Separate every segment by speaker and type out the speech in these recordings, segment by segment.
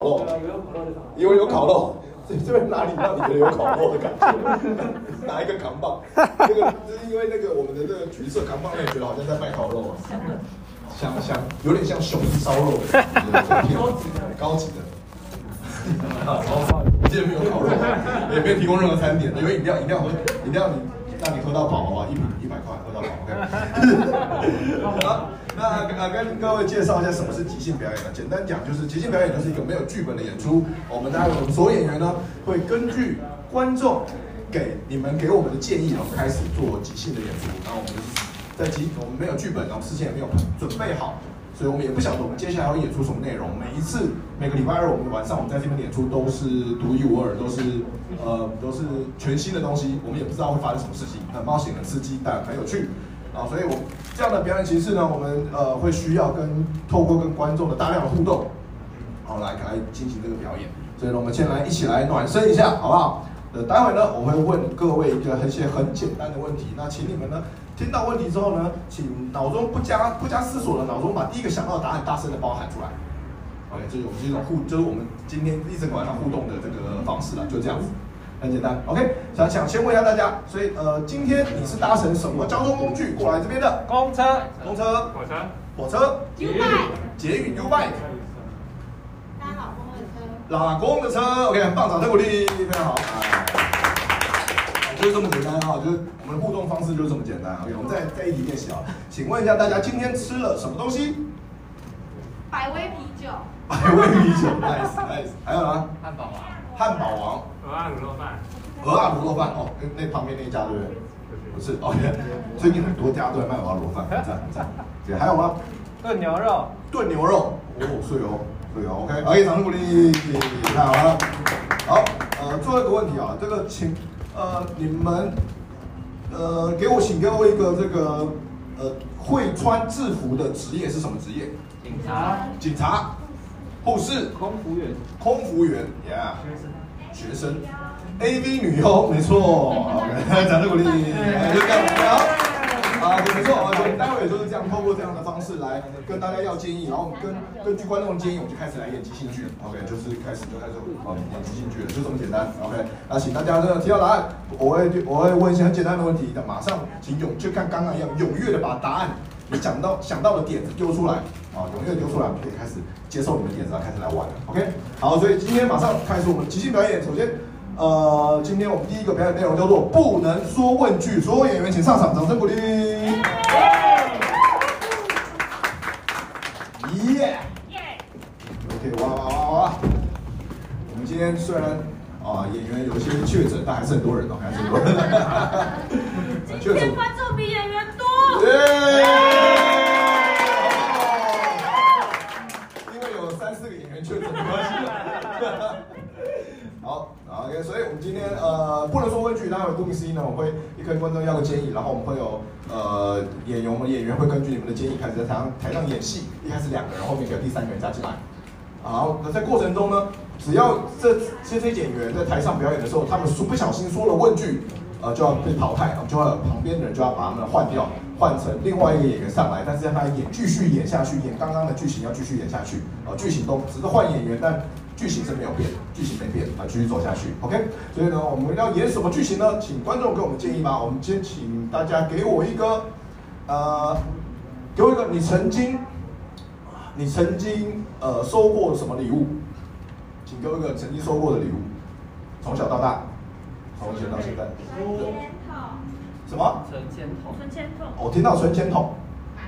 Speaker 1: 肉，因为有烤肉，这这边哪里让你觉得有烤肉的感觉？拿一个扛棒，那个就是因为那个我们的那个橘色扛棒，也觉得好像在卖烤肉啊，像像有点像雄鹰烧肉的感觉， 高级的。今天没有烤肉，也没有提供任何餐点，有饮料，饮料喝，饮料你让你喝到饱啊，一瓶一百块喝到饱。OK 好，那呃跟各位介绍一下什么是即兴表演呢？简单讲就是即兴表演就是一个没有剧本的演出，我们大家我们所有演员呢会根据观众给你们给我们的建议，然后开始做即兴的演出，然后我们就是在即我们没有剧本，然后事先也没有准备好，所以我们也不晓得我们接下来要演出什么内容。每一次每个礼拜二我们晚上我们在这边演出都是独一无二，都是呃都是全新的东西，我们也不知道会发生什么事情，很冒险、很刺激，但很有趣。啊，所以我们这样的表演形式呢，我们呃会需要跟透过跟观众的大量的互动，好来来进行这个表演。所以呢，我们先来一起来暖身一下，好不好？呃，待会呢，我会问各位一个很些很简单的问题，那请你们呢听到问题之后呢，请脑中不加不加思索的脑中把第一个想到的答案大声的帮我喊出来。OK，这是我们这种互，就是我们今天一整个晚上互动的这个方式了，就这样子，很简单。OK，想想先问一下大家，所以呃，今天你是搭乘什么交通工具过来这边的？
Speaker 2: 公车、
Speaker 1: 公车、
Speaker 2: 火车、
Speaker 1: 火车、
Speaker 3: U bike，
Speaker 1: 捷运、U bike、
Speaker 3: 搭老公的车。
Speaker 1: 老公的车，OK，很棒，掌声鼓励，非常好。哎就是这么简单啊，就是我们的互动方式就是这么简单。OK，我们再啊再一题练习啊。请问一下大家，今天吃了什么东西？哎
Speaker 3: 百威啤酒，
Speaker 1: 百味啤酒，nice nice。还有呢？
Speaker 2: 汉堡王、
Speaker 1: 汉堡王、
Speaker 2: 鹅啊卤肉饭，
Speaker 1: 鹅啊卤肉饭哦，那那旁边那一家对不对？不
Speaker 2: 就是
Speaker 1: 是，OK。最近很多家都在卖鹅啊卤肉饭，很赞很赞。对，还有吗？
Speaker 4: 炖牛肉，
Speaker 1: 炖牛肉，哦，是哦，对哦，OK，好，掌声鼓励，太好了。好，呃，最后一个问题啊，这个请，呃，你们，呃，给我请给我一个这个，呃，会穿制服的职业是什么职业？
Speaker 4: 警察，
Speaker 1: 警察、护士、
Speaker 4: 空服员，
Speaker 1: 空服员，Yeah，学生，AV 女优，没错，OK，掌声 鼓励，哎就这样子啊。啊，对没错，啊，我们待会就是这样，透过这样的方式来跟大家要建议，然后跟根据观众的建议，我们就开始来演即兴剧，OK，就是开始就开始哦演即兴剧了，就这么简单，OK。那请大家真的提到答案，我会我会问一些很简单的问题，那马上请踊就看刚刚一样踊跃的把答案你想到想到的点子丢出来啊，踊跃丢出来，我们可以开始接受你们的点子，然后开始来玩了，OK。好，所以今天马上开始我们即兴表演，首先。呃，今天我们第一个表演内容叫做“不能说问句”，所有演员请上场，掌声鼓励。耶！OK，哇哇哇哇！我们今天虽然啊、演员有一些确诊，但还是很多人哦，还是很多人。
Speaker 3: 今天观众比演员多。
Speaker 1: 耶！因为有三四个演员确诊的关系。好好，OK，所以我们今天呃不能说问句，待会顾名思义呢，我会跟观众要个建议，然后我们会有呃演员，我们演员会根据你们的建议开始在台上台上演戏，一开始两个人，后面给第三个人加进来。好，那在过程中呢，只要这这些演员在台上表演的时候，他们说不小心说了问句，呃，就要被淘汰，就要旁边的人就要把他们换掉，换成另外一个演员上来，但是让他演继续演下去，演刚刚的剧情要继续演下去，呃，剧情都只是换演员，但剧情是没有变，剧情没变啊，继续走下去，OK。所以呢，我们要演什么剧情呢？请观众给我们建议吧。我们先请大家给我一个，呃，给我一个你曾经你曾经呃收过什么礼物？请给我一个曾经收过的礼物，从小到大，从以前到现在。
Speaker 3: 存钱筒，
Speaker 1: 什么？
Speaker 4: 存钱筒，
Speaker 3: 存钱筒，
Speaker 1: 我听到存钱筒，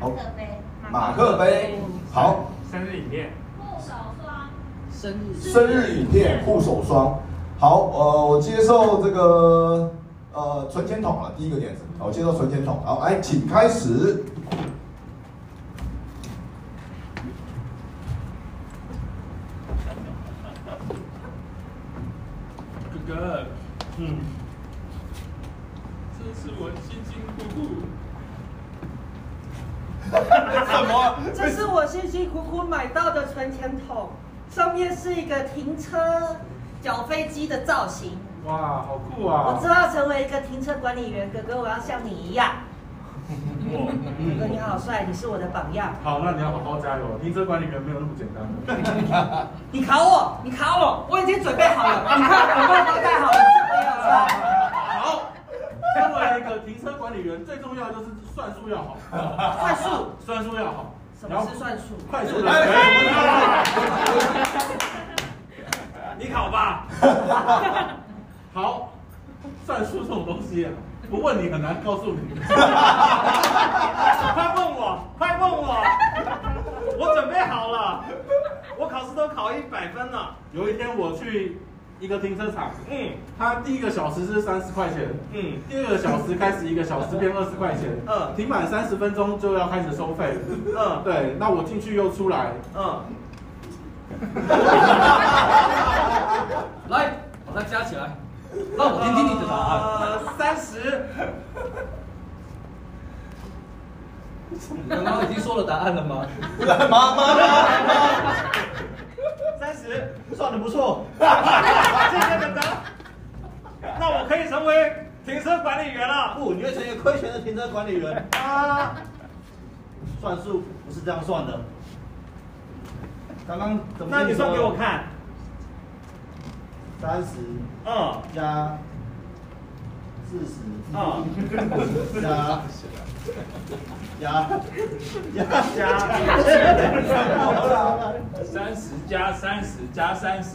Speaker 3: 马克杯，
Speaker 1: 马克杯，好，
Speaker 2: 生日影片，
Speaker 3: 护手霜，
Speaker 4: 生日
Speaker 1: 生日影片护手霜，好，呃，我接受这个呃存钱筒了，第一个点子，好我接受存钱筒，好，来，请开始。
Speaker 5: 哥哥，嗯，这是我辛辛苦苦，
Speaker 1: 什么？
Speaker 6: 这是我辛辛苦苦买到的存钱筒，上面是一个停车缴费机的造型。
Speaker 2: 哇，好酷
Speaker 6: 我
Speaker 2: 啊！
Speaker 6: 之后要成为一个停车管理员，哥哥，我要像你一样。
Speaker 7: 我，
Speaker 6: 哥哥你好帅，你是我的榜样。
Speaker 8: 好，那你要好好加油，停车管理员没有那么简单的。
Speaker 6: 你考我，你考我，我已经准备 好了。你看，我帽都戴好了，没有帅，
Speaker 8: 好，身为一个停车管理员，最重要的就是算术要好，
Speaker 6: 算术。
Speaker 8: 算术要好，
Speaker 6: 什么是算术？
Speaker 8: 快速
Speaker 1: 哎
Speaker 8: 的。 你考 吧。好，算术这种东西啊，不问你很难告 诉你。快问我，快问我，我准备好了。我考试都考一百分了。有一天我去一个停车场，嗯，他第一个小时是三十块钱，嗯，第二个小时开始一个小时变二十块钱，嗯，停满三十分钟就要开始收费，嗯，对，那我进去又出来，嗯，
Speaker 9: 来，把它加起来，让我听听你的答案。
Speaker 8: 呃，三十，
Speaker 9: 你刚刚已经说了答案了吗？
Speaker 1: 来妈妈妈，
Speaker 8: 三十，算的不错，谢谢等等，那我可以成为停车管理员了。
Speaker 10: 不，你会成为亏钱的停车管理员。
Speaker 8: 啊，
Speaker 10: 算数不是这样算的。刚刚怎么？
Speaker 8: 那你算给我。看，
Speaker 10: 三十
Speaker 8: 嗯
Speaker 10: 加四十
Speaker 8: 嗯。
Speaker 10: 加加加。
Speaker 8: 加
Speaker 7: 三十加三十加三十，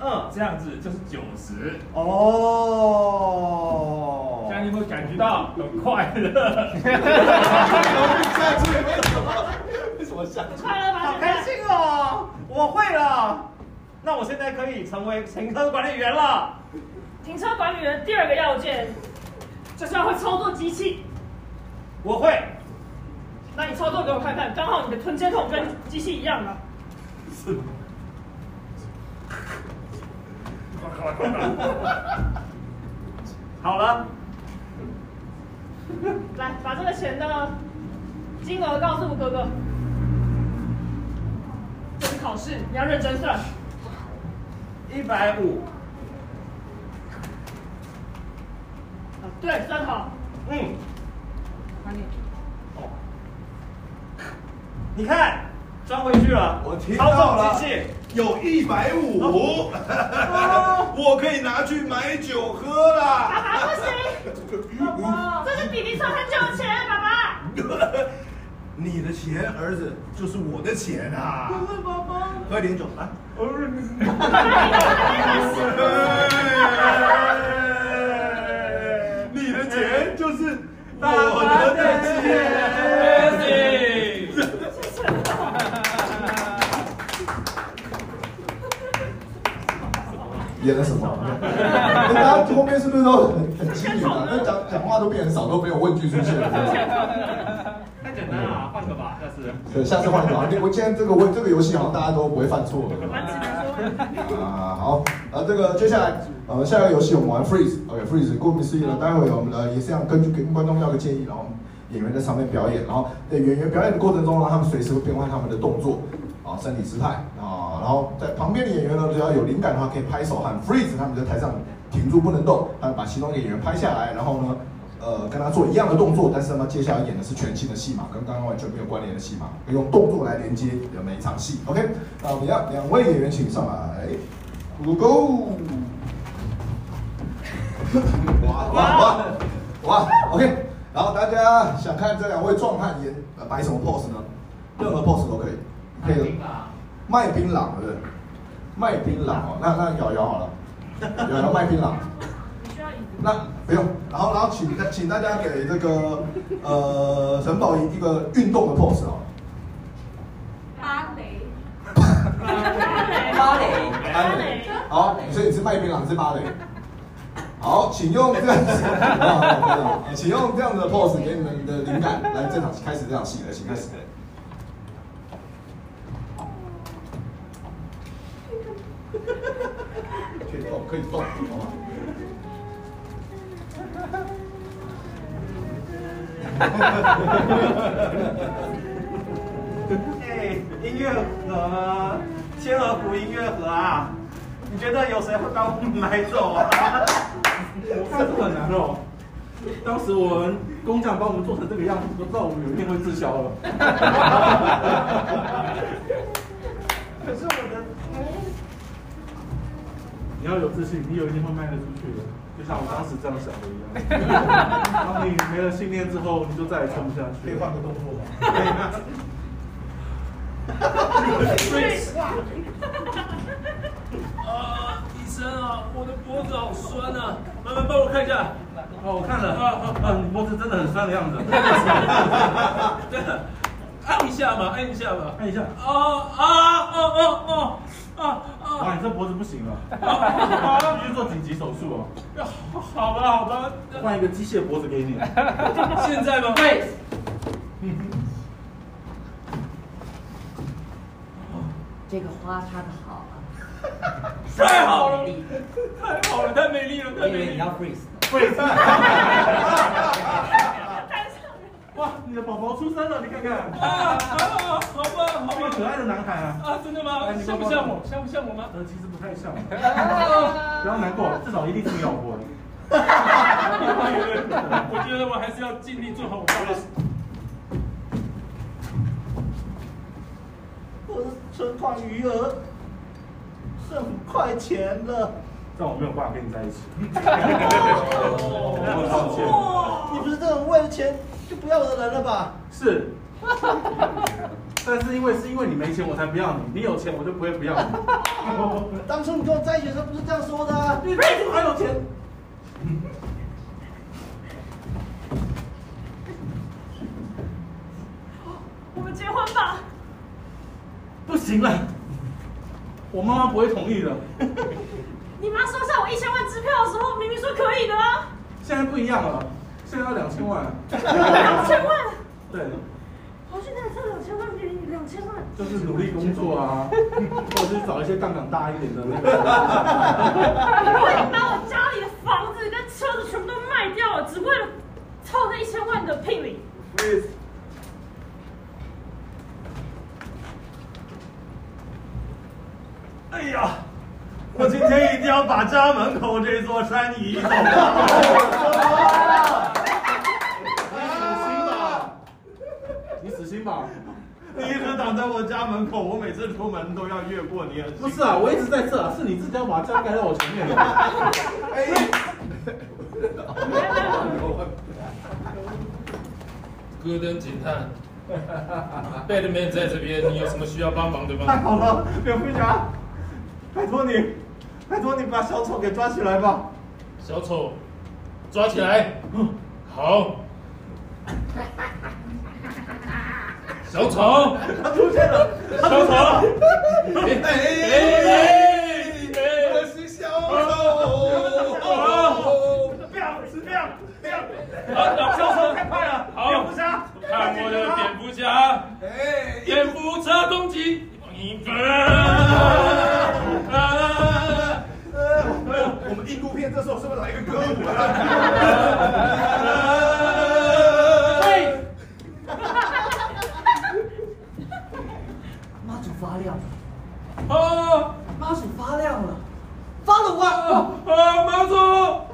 Speaker 8: 嗯
Speaker 7: 这样子就是九十。
Speaker 8: 哦
Speaker 7: 现在你有没有感觉到很快乐？
Speaker 1: 下去为什么？为什么下去？
Speaker 3: 快乐吧，
Speaker 8: 好
Speaker 3: 现
Speaker 8: 开
Speaker 3: 在
Speaker 8: 心哦！我会了，那我现在可以成为乘客管理员了。
Speaker 3: 停车管理员第二个要件就是要会操作机器。
Speaker 8: 我会，
Speaker 3: 那你操作给我看看，刚好你的吞接筒跟机器一样啊。
Speaker 8: 好了，
Speaker 3: 来，把这个钱的金额告诉哥哥。这是考试，你要认真算。
Speaker 8: 一百五，
Speaker 3: 啊对，算好。
Speaker 8: 嗯，
Speaker 3: 还你。
Speaker 8: 哦，你看，装回去了，
Speaker 1: 我听
Speaker 8: 操
Speaker 1: 到了
Speaker 8: 纵机器，
Speaker 1: 有一百五，我可以拿去买酒喝
Speaker 3: 爸
Speaker 1: 啦。
Speaker 3: 爸不 行，爸爸，这是弟弟存很久的钱，爸爸。
Speaker 1: 你的钱，儿子，就是我的钱啊！喝点酒来。 你的钱就是我的钱。演了什么？大家后面是不是都很很机灵啊？那讲讲话都变很少，都没有问句出现了。
Speaker 8: 太简单了，换个吧，下次。
Speaker 1: 对，下次换一个。好我今天这个问这个游戏好像大家都不会犯错。
Speaker 3: 完成了说。
Speaker 1: 啊，好，呃，这个接下来呃下一个游戏我们玩 freeze，OK，freeze、顾名思义呢，待会我们呢也是要根据给观众要个建议，然后演员在上面表演，然后在演员表演的过程中呢，他们随时会变换他们的动作啊、身体姿态啊，然后在旁边的演员呢，只要有灵感的话，可以拍手喊 freeze，他们在台上停住不能动，他们把其中一个演员拍下来，然后呢。呃，跟他做一样的动作，但是呢，接下来演的是全新的戏码，跟刚刚完全没有关联的戏码，用动作来连接你的每一场戏。OK，那我们要两位演员请上来，Go Go！哇哇哇哇！OK，然后大家想看这两位壮汉演呃摆什么 pose 呢？任何 pose 都可以，可以卖槟榔，对不对？卖槟榔哦，那那瑶瑶好了，瑶瑶卖槟榔。
Speaker 3: 你需要一个。
Speaker 1: 那不用，然后然后请大请大家给这个呃陈宝仪一个运动的 pose 哦，
Speaker 3: 芭蕾。
Speaker 6: 芭
Speaker 3: 芭
Speaker 6: 蕾
Speaker 3: 蕾。芭蕾。
Speaker 1: 好，所以你是卖槟榔是芭蕾，好，请用这样子，啊非常好请用这样子的 pose 给你们的灵感来这场开始这场戏了，请开始。可以动，可以动，好吗？
Speaker 8: 哎，音乐盒，天鹅湖音乐盒啊， 你觉得有谁会把我们买走啊？这很难哦。当时我们工匠帮我们做成这个样子，都知道我们有一天会滞销了。可是我的，嗯你要有自信，你有一天会卖得出去的，就像我当时这样想的一样。 当你没了信念之后，你就再也撑不下
Speaker 1: 可以
Speaker 8: 去了。
Speaker 1: 换个动作吗？
Speaker 11: 啊，医生啊，我的脖子好酸啊，麻烦帮我看一下。
Speaker 8: 哦，我看了，啊啊啊！你脖子真的很酸的 样子。
Speaker 11: 对，按一下嘛，按一下嘛。
Speaker 8: 看一下，
Speaker 11: 哦啊哦哦哦啊
Speaker 8: 哇，你这脖子不行了，必须做紧急手术哦。
Speaker 11: 啊！ 好吧好吧，
Speaker 8: 换一个机械脖子给你。
Speaker 11: 现在吗？喂，
Speaker 6: 这个花插的好啊，
Speaker 11: 太好了，太好了，哦太美丽了，太
Speaker 12: 因
Speaker 11: 美
Speaker 12: 为
Speaker 11: 丽
Speaker 12: 你
Speaker 11: 了
Speaker 12: 要。freeze 的。
Speaker 3: 摊上了。
Speaker 8: 哇，你的宝宝出生了，你看
Speaker 11: 啊
Speaker 8: 看，
Speaker 11: 啊啊！好吧好
Speaker 8: 是个可
Speaker 11: 吧。
Speaker 8: 爱的男孩啊。
Speaker 11: 啊，真的吗？像不像我？像不像我吗？
Speaker 8: 呃，其实不太 像，不要难过，至少一定是咬过的。
Speaker 11: 我觉得我还是要尽力做好我爸爸。
Speaker 9: 我的存款余额剩五块钱了。
Speaker 8: 但我没有办法跟你在一 起， 我抱歉。
Speaker 11: 哦，
Speaker 9: 你不是这种为了钱就不要我的人了吧？
Speaker 8: 是，但是因为是因为你没钱，我才不要你；你有钱，我就不会不要你。
Speaker 9: 当初你跟我在一起的时候不是这样说的、啊？
Speaker 8: 你为什么还有钱？
Speaker 3: 我们结婚吧，
Speaker 8: 不行了，我妈妈不会同意的。
Speaker 3: 你妈收下我一千万支票的时候，明明说可以的 啊，
Speaker 8: 现在不一样了，现在要两千万。
Speaker 3: 两千万，
Speaker 8: 对，
Speaker 3: 我去哪里挣两千万给你？两千万，
Speaker 8: 就是努力工作啊，或者是找一些杠杆大一点的那个。
Speaker 3: 如果你把我家里的房子跟车子全部都卖掉了，只为了凑那一千万的聘礼，
Speaker 11: 哎呀，我今天一定要把家门口这座山移走。
Speaker 8: 你死心吧。
Speaker 11: 你一直挡在我家门口，我每次出门都要越过你。
Speaker 8: 不是啊，我一直在这啊，是你自己要把家盖到我前面的。
Speaker 13: 戈登警探，Batman 在这边，你有什么需要帮忙的
Speaker 9: 太
Speaker 13: 吗？
Speaker 9: 好了，蝙蝠侠，拜托你，拜托你把小丑给抓起来吧。
Speaker 13: 小丑，抓起来！好，小丑，
Speaker 9: 他出现了，
Speaker 13: 小丑，哎哎哎
Speaker 1: 我是小丑。
Speaker 11: 不要，不要，不要！啊，小手太快了，蝙蝠侠，
Speaker 13: 看我的蝙蝠侠，
Speaker 1: 哎，
Speaker 13: 蝙蝠车攻击！
Speaker 1: 哎我们印度片这时候是不是来一个歌舞啊？
Speaker 12: 妈祖发亮了，
Speaker 11: 啊
Speaker 12: 妈祖发亮了，
Speaker 6: 发了哇！
Speaker 11: 啊，马总，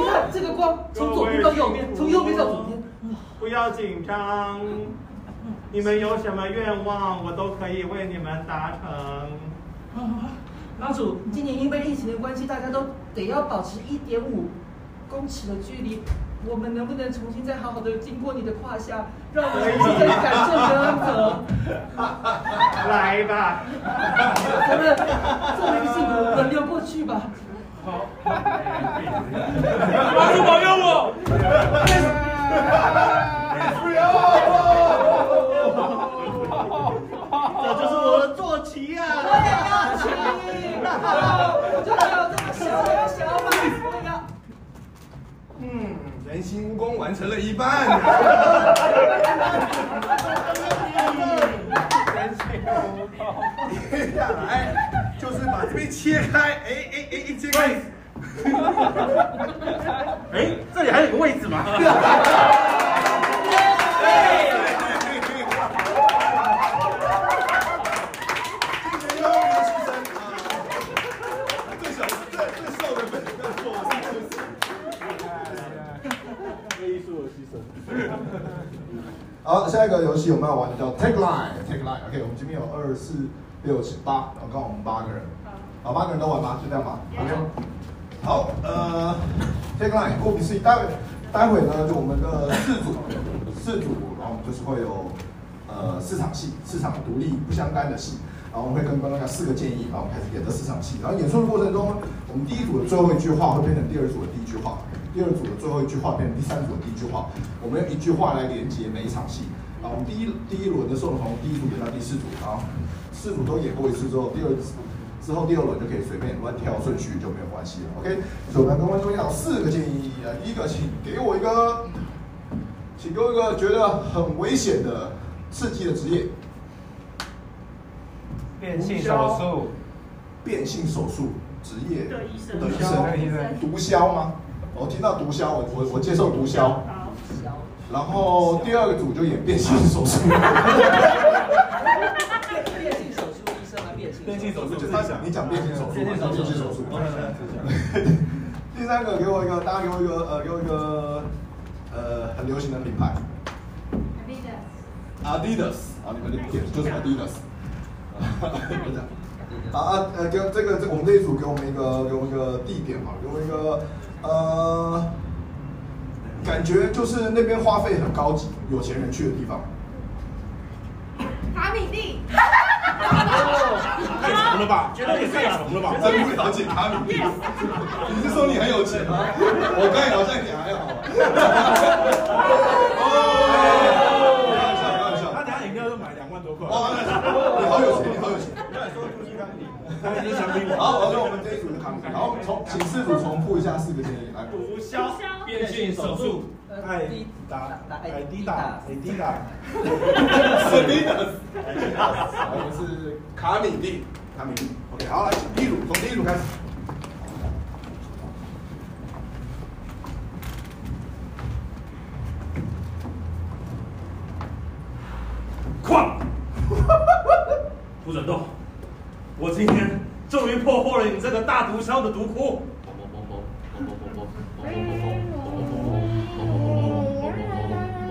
Speaker 12: 你看这个光从左边到右边，从右边到左边，
Speaker 11: 不要紧张，你们有什么愿望，我都可以为你们达成。
Speaker 12: 妈祖，
Speaker 6: 今年因为疫情的关系，大家都得要保持一点五公尺的距离。我们能不能重新再好好的经过你的胯下，让我们真正感受你的恩泽？
Speaker 11: 来吧，
Speaker 12: 咱们作为一个性格轮流过去吧。
Speaker 11: 马总保佑 我。
Speaker 9: 这就是我的坐骑
Speaker 6: 我
Speaker 9: 啊！
Speaker 6: 也要去，我就有这么小的想法，我也要。
Speaker 1: 嗯，人形蜈蚣完成了一半。接下来就是把这边切开，哎哎哎，一切开。
Speaker 8: 哎，这里还有个位置嘛？
Speaker 1: 最优的出身啊，最小、最最瘦的本，最瘦的出身。好，下一个游戏我们要玩的叫 Tag Line，Tag Line。OK，我们这边有二四六七八，然后刚好我们八个人，好，八个人都玩吗？就这样吧。OK。好，呃，Tag Line 顾名思义，待会待会呢，就我们的四组，四组，然后我们就是会有呃四场戏，四场独立不相干的戏。然后我们会跟观众讲四个建议，然后我们开始演这四场戏。然后演出的过程中，我们第一组的最后一句话会变成第二组的第一句话，第二组的最后一句话变成第三组的第一句话。我们用一句话来连接每一场戏。然后我们第一第一轮的时候，从第一组演到第四组，然后四组都演过一次之后，第二次之后第二轮就可以随便乱挑顺序就没有关系了。OK，所以我们跟观众讲四个建议啊，第一个，请给我一个，请给我一个觉得很危险的刺激的职业。
Speaker 14: 变性手术，
Speaker 1: 变性手术职业
Speaker 3: 的医生
Speaker 1: 的医生，毒枭吗？我听到毒枭，我我我接受毒枭。
Speaker 3: 好，
Speaker 1: 然后第二个组就演变性手术，
Speaker 6: 变性手术医生啊，变性
Speaker 14: 变性手术自己
Speaker 1: 他
Speaker 14: 想
Speaker 1: 你讲变性手术，
Speaker 9: 变性手术
Speaker 1: 变性手术。
Speaker 14: 嗯
Speaker 1: 第三个给我一个，大家给我一个呃，给我一个呃很流行的品牌，Adidas 啊，你们的点就是 Adidas。就这样啊啊呃，给这个这我们这一组给我们一个给我们一个地点嘛，给我们一个呃，感觉就是那边花费很高级，有钱人去的地方。
Speaker 3: 卡米蒂，
Speaker 15: 太穷了吧？觉得也太穷了吧？
Speaker 1: 真不了解卡米蒂，你是说你很有钱吗？我刚才好像你 还好。哦，开玩笑，开玩笑。
Speaker 8: 他等下饮料就买两万多块。
Speaker 1: 哇，你好有钱，你好有钱。
Speaker 8: 他已经想比
Speaker 1: 好，我要跟我们这一组的卡米蒂，好，重请四组重复一下四个建议来。
Speaker 8: 毒枭，
Speaker 3: 香，
Speaker 15: 变性手术，
Speaker 14: 艾
Speaker 6: 滴
Speaker 14: 达，
Speaker 6: 达
Speaker 14: 艾迪达，艾迪达，
Speaker 1: 是你的，我们是卡米蒂，卡米蒂。OK，好，来，第一组，从第一组开始。
Speaker 8: 矿，不准动！我今天终于破获了你这个大毒枭的毒窟。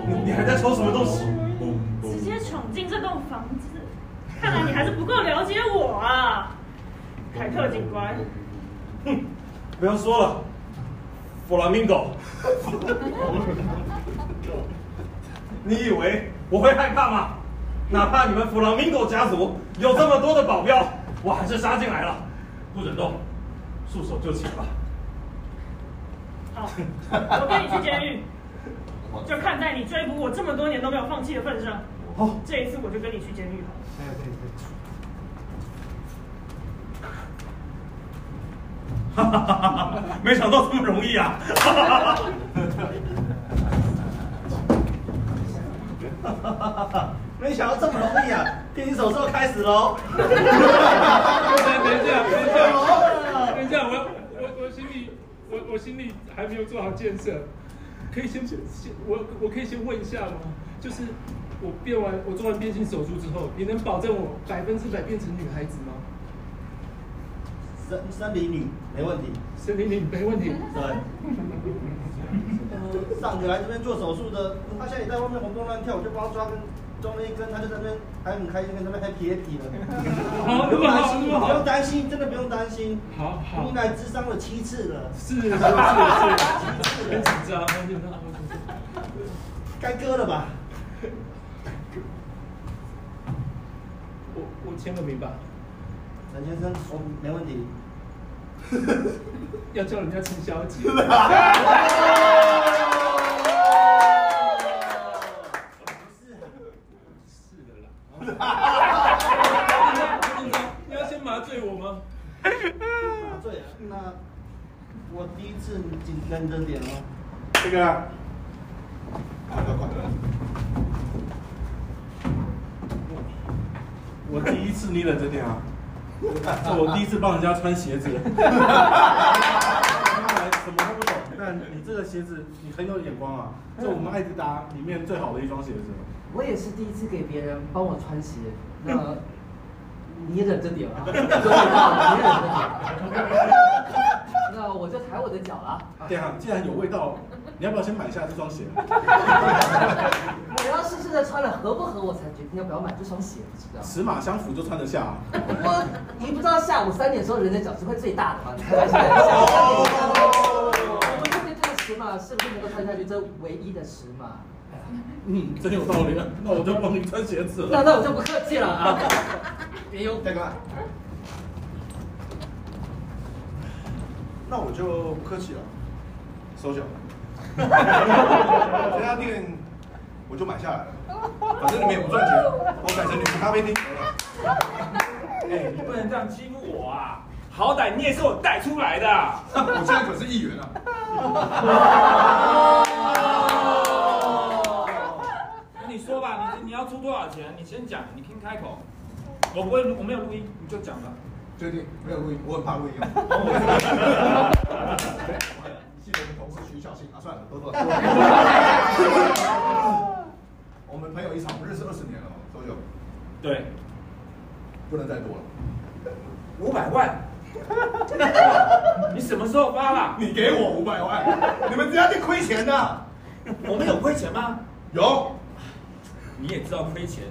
Speaker 8: 你你还在抽什么东西？
Speaker 3: 直接闯进这栋房子，看来你还是不够了解我啊，凯特警官。
Speaker 8: 哼，不要说了，弗拉明狗。你以为我会害怕吗？哪怕你们弗朗明狗家族有这么多的保镖，我还是杀进来了。不准动，束手就擒吧。
Speaker 3: 好，我跟你去监狱，就看在你追捕我这么多年都没有放弃的份上。
Speaker 8: 哦，
Speaker 3: 这一次我就跟你去监狱好了。
Speaker 8: 哈哈哈哈哈！没想到这么容易啊！
Speaker 9: 没想到这么容易啊！变形手术开始喽！
Speaker 15: 等等一下，等一下，等一下，我要我我心里我我心里还没有做好建设，可以先先我我可以先问一下吗？就是我变完我做完变性手术之后，你能保证我百分之百变成女孩子吗？
Speaker 9: 生生理女没问题，
Speaker 15: 身体你没问题。
Speaker 9: 对。上个来这边做手术的，他现在也在外面活蹦乱跳，我就帮他抓根装了一根，他就在那边还很开心，跟那边 happy happy 的。
Speaker 15: 好，
Speaker 9: 不
Speaker 15: 那
Speaker 9: 用
Speaker 15: 么
Speaker 9: 担
Speaker 15: 好，
Speaker 9: 心，
Speaker 15: 那
Speaker 9: 不用担心，真的
Speaker 15: 么好，
Speaker 9: 不用担心。
Speaker 15: 好好
Speaker 9: 你来智商了七次了，
Speaker 15: 是是是是，很紧张，很紧张。
Speaker 9: 该割了吧？
Speaker 15: 我我签个名吧，
Speaker 9: 陈先生，我没问题。
Speaker 15: 要叫人家陈小 姐。是的啦。你要先麻醉我吗？
Speaker 9: 麻醉啊？那我第一次紧认真点哦。
Speaker 1: 这个，
Speaker 8: 啊
Speaker 1: 快快快！
Speaker 8: 我第一次，你忍着点啊！这我第一次帮人家穿鞋子。什么都不懂，但你这个鞋子你很有眼光啊！这我们艾迪达里面最好的一双鞋子了。
Speaker 6: 我也是第一次给别人帮我穿鞋，那你忍着点啊，你忍着点。那我就抬我的脚了，
Speaker 8: 对啊，既然有味道，你要不要先买下这双鞋？
Speaker 6: 我要当时真的穿了合不合，我才决定要不要买这双鞋，你知道吗？
Speaker 16: 尺码相符就穿得下、啊。
Speaker 6: 我你不知道下午三点的时候人的脚是会最大的 吗？你看现在下午三点的时候，我们就对这个尺码是不是能够穿下去，这唯一的尺码。
Speaker 16: 嗯，真有道理。那我就帮你穿鞋子
Speaker 6: 那
Speaker 16: 了。哎
Speaker 6: 那我就不客气了啊，哎别用。
Speaker 1: 大哥，那我就不客气了，收 脚。这家店我就买下来了，反正你们也不赚钱，我改成女仆咖啡厅。
Speaker 15: 哎，你不能这样欺负我啊！好歹你也是我带出来的啊。
Speaker 1: 我现在可是议员啊！
Speaker 15: 那你说吧，你你要出多少钱？你先讲，你先开口。我不会录，我没有录音，你就讲吧。
Speaker 1: 确定没有录音，我很怕录音啊。 记得我们同事徐小庆啊，算了，都多了。 我们朋友一场，我们认识二十年了，多久？
Speaker 15: 对，
Speaker 1: 不能再多了。
Speaker 15: 五百万。你什么时候发啦？
Speaker 1: 你给我五百万，你们这家店亏钱的。
Speaker 15: 我们有亏钱吗？
Speaker 1: 有，
Speaker 15: 你也知道亏钱，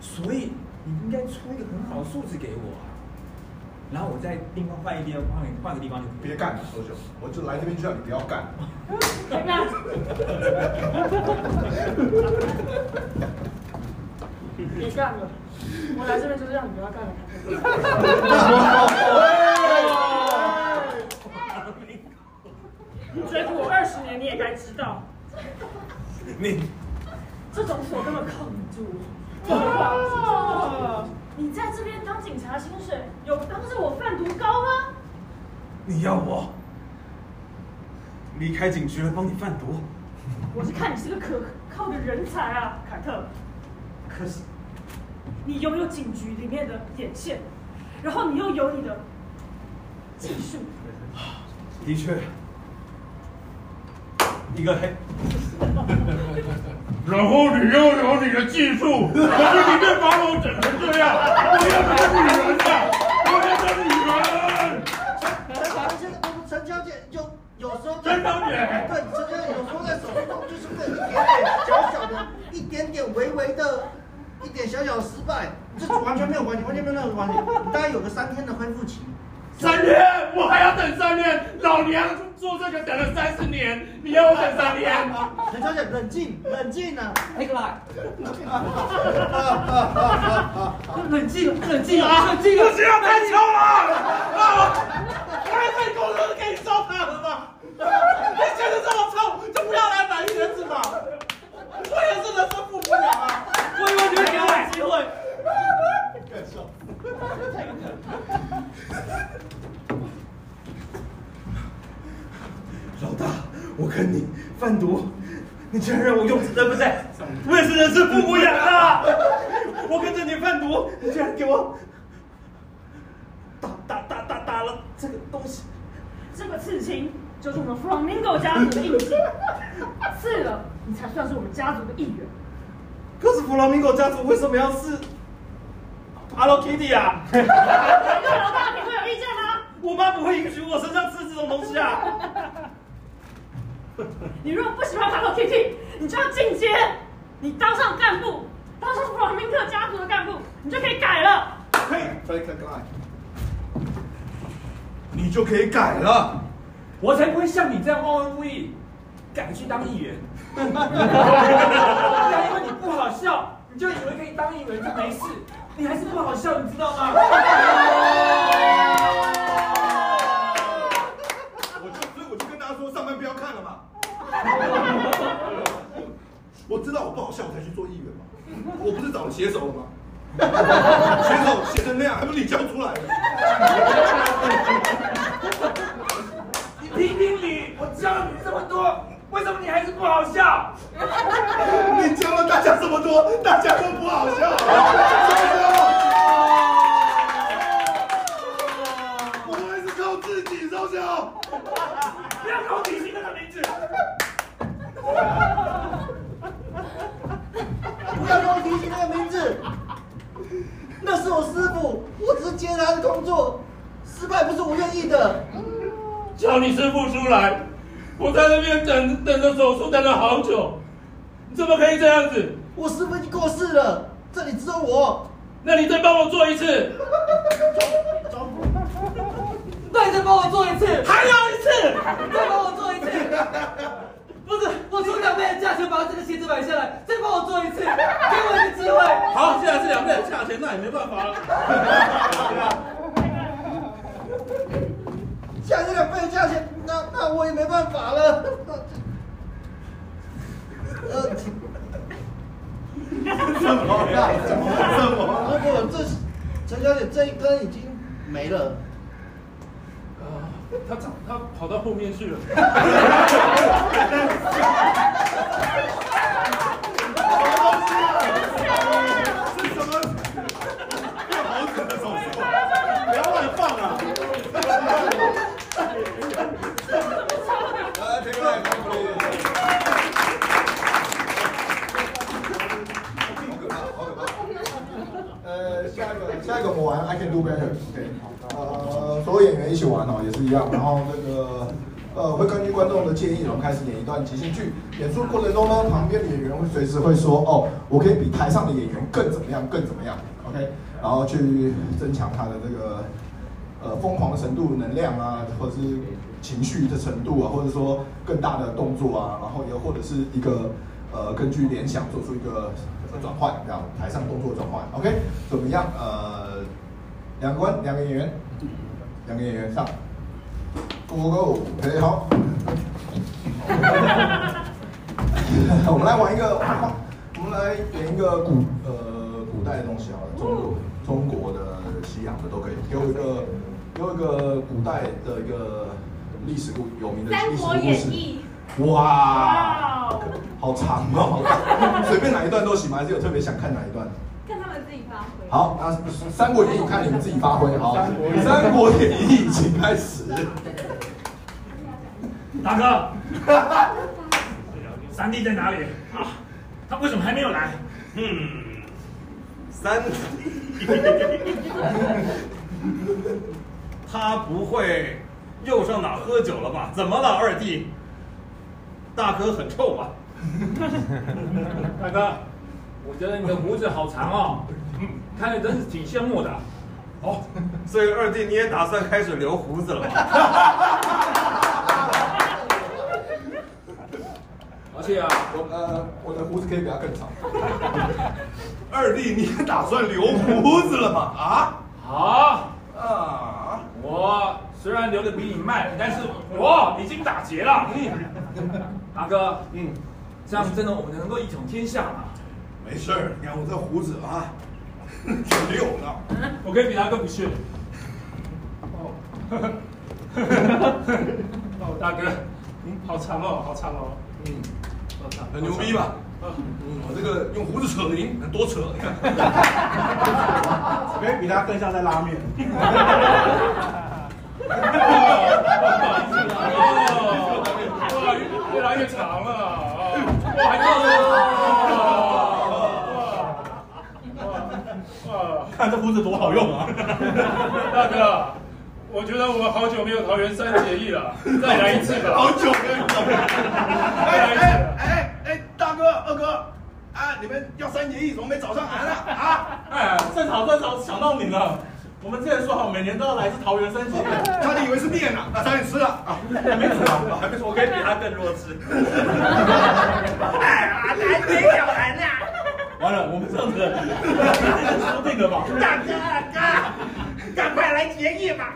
Speaker 15: 所以你应该出一个很好的数字给我啊。然后我再另外换一边，换个换个地方就可以
Speaker 1: 别干了，多久？我就来这边就让你不要干。
Speaker 3: 那别干了，我来这边就是让你不要干了。你追捕我二十年，你也该知道，
Speaker 15: 你
Speaker 3: 这种锁根本靠不住。哇！你在这边当警察，薪水有当着我贩毒高吗？
Speaker 15: 你要我离开警局来帮你贩毒？
Speaker 3: 我是看你是个可靠的人才啊，凯特。
Speaker 15: 可是
Speaker 3: 你拥有警局里面的眼线，然后你又有你的技术，
Speaker 15: 的确，一个黑。 然后你又有你的技术， 可是你却把我整成这样，我要当女人啊！我要当女人！
Speaker 8: 陈小姐，陈小姐就有时候
Speaker 15: 陈小姐
Speaker 8: 对陈小姐有时候在手术中就是会有一点点小小的、一点点微微的、一点小小的失败，这完全没有关系，完全没有任何关系，你大概有个三天的恢复期。
Speaker 15: 三年，我还要等三年，老娘做这个等了三十年，你要我等三年？
Speaker 8: 陈小姐，冷静，冷静啊！
Speaker 6: 那个啦，冷静，冷静啊，冷静啊！
Speaker 15: 不要太巧了！啊，我还份工作给你糟蹋了吧？你觉得这么臭，就不要来买鞋子吧。我也是人生负不了啊，我以为你会给我机会。老大，我跟你贩毒，你竟然让我用死，对不对？我也是人生父母养啊！我跟着你贩毒，你竟然给我打打打打打了这个东西，
Speaker 3: 这个刺青就是我们 Flamingo 家族的印记，刺了你才算是我们家族的一员。
Speaker 15: 可是弗朗明哥家族为什么要是 Hello Kitty 啊？
Speaker 3: 你对老大你会有意见吗？
Speaker 15: 我妈不会允许我身上刺这种东西啊！
Speaker 3: 你如果不喜欢 Hello Kitty，你就要进阶，你当上干部，当上 Flamingo 家族的干部，你就可以改了。
Speaker 1: 可以，可以，可以，你就可以改了。
Speaker 15: 我才不会像你这样忘恩负义，敢去当议员。因为你不好笑，你就以为可以当议员就没事，你还是不好笑，你知道吗？
Speaker 1: 我就所以我就跟大家说，上班不要看了嘛。我知道我不好笑，我才去做议员嘛。我不是找了写手了吗？写手写成那样，还不是你教出来的？
Speaker 15: 你评评理，我教了你这么多，为什么你还是不好笑？
Speaker 1: 你教了大家这么多，大家都不好笑。我还是靠自己收笑。
Speaker 15: 不要跟我提起那个名字。
Speaker 8: 不要跟我提起那个名字，那是我师傅，我只是接了他的工作，失败不是我愿意的。
Speaker 17: 叫你师傅出来，我在那边等等着手术等了好久，你怎么可以这样子？
Speaker 9: 我师傅已经过世了，这里只有我。
Speaker 18: 那你再帮我做一次，
Speaker 6: 那你再帮我做一次，
Speaker 18: 还有一次，
Speaker 6: 你再帮我做一次。不是，我出两倍的价钱把这个鞋子买下来，再帮我做一次，给我一个机会。
Speaker 18: 好，既然是两倍的价钱，那也没办法了。
Speaker 9: 价这两倍的价钱，那那我也没办法了。呃，
Speaker 1: 怎么了？怎么怎么
Speaker 9: 如果这陈小姐这一根已经没了，
Speaker 15: 啊，他长他跑到后面去 了。
Speaker 1: 是什么？变猴子的手势，不要乱放啊！来，田哥来，干过来一点。好可怕，好可怕。呃，下一个，下一个我玩 I can do better。对，呃，所有演员一起玩哦，也是一样。然后这个。呃，会根据观众的建议，然后开始演一段即兴剧。演出过程中呢，旁边的演员会随时会说，哦，我可以比台上的演员更怎么样，更怎么样，OK，然后去增强他的这个呃疯狂的程度、能量啊，或者是情绪的程度啊，或者说更大的动作啊，然后也或者是一个呃根据联想做出一个呃转换，这样台上动作转换，OK，怎么样？呃，两个观，两个演员，两个演员上。Go Go，陪好。 我们来玩一个，我们来演一个古呃古代的东西好了，中国中国的、西洋的都可以。给我一个，给我一个古代的一个历史故有名的
Speaker 11: 三
Speaker 1: 历史
Speaker 11: 国
Speaker 1: 故
Speaker 11: 演
Speaker 1: 事。
Speaker 11: 义
Speaker 1: 哇，
Speaker 11: 哇哦，
Speaker 1: 好长哦， 随便哪一段都行吗？还是有特别想看哪一段？
Speaker 3: 看他们自己发挥。
Speaker 1: 好，那《三国演义》看你们自己发挥。好，《三国演义》请开始。
Speaker 18: 大哥，三弟在哪里啊？他为什么还没有来？
Speaker 8: 嗯，三，他不会又上哪喝酒了吧？怎么了，二弟？大哥很臭啊吧？
Speaker 15: 大哥，我觉得你的胡子好长哦，看着真是挺羡慕的。
Speaker 8: 哦，所以二弟你也打算开始留胡子了吧？
Speaker 15: 而且啊，
Speaker 1: 我呃，我的胡子可以比他更长。
Speaker 8: 二弟你也打算留胡子了吧？
Speaker 15: 好，
Speaker 8: 啊啊！
Speaker 15: 我虽然留的比你慢，但是我已经打结 了。大哥，
Speaker 8: 嗯，
Speaker 18: 这样真的我们能够一统天下吗？
Speaker 1: 没事儿，你看我这胡子啊， 挺溜的。
Speaker 15: 我可以比他更不屑。 哦，大哥，嗯，好长哦，好长哦，嗯，好长，
Speaker 1: 很牛逼吧？嗯，我这个用胡子扯铃，能多扯？你看，
Speaker 8: 可以哎比他更像在拉 面。
Speaker 15: 哦，越来越长了，哇，还
Speaker 9: 哦
Speaker 15: 够哇，
Speaker 8: 看这胡子多好用啊！
Speaker 15: 大哥，我觉得我们好久没有桃园三结义 了，再来一次吧。好久没有，再来一次。
Speaker 1: 哎哎，大哥二哥，啊，你们要三结义，怎么没找上俺啊？啊，
Speaker 8: 哎，正好正好想到你了。我们之前说好每年都要来一次桃园三结义，
Speaker 1: 差点以为是面呢，啊，差点吃了啊，
Speaker 8: 还没吃完，还没吃，我可以比他更弱智。
Speaker 3: 哎，阿南没小南呐，
Speaker 8: 完了，我们这样子输定了吧？
Speaker 3: 大哥大哥，赶快来结义吧！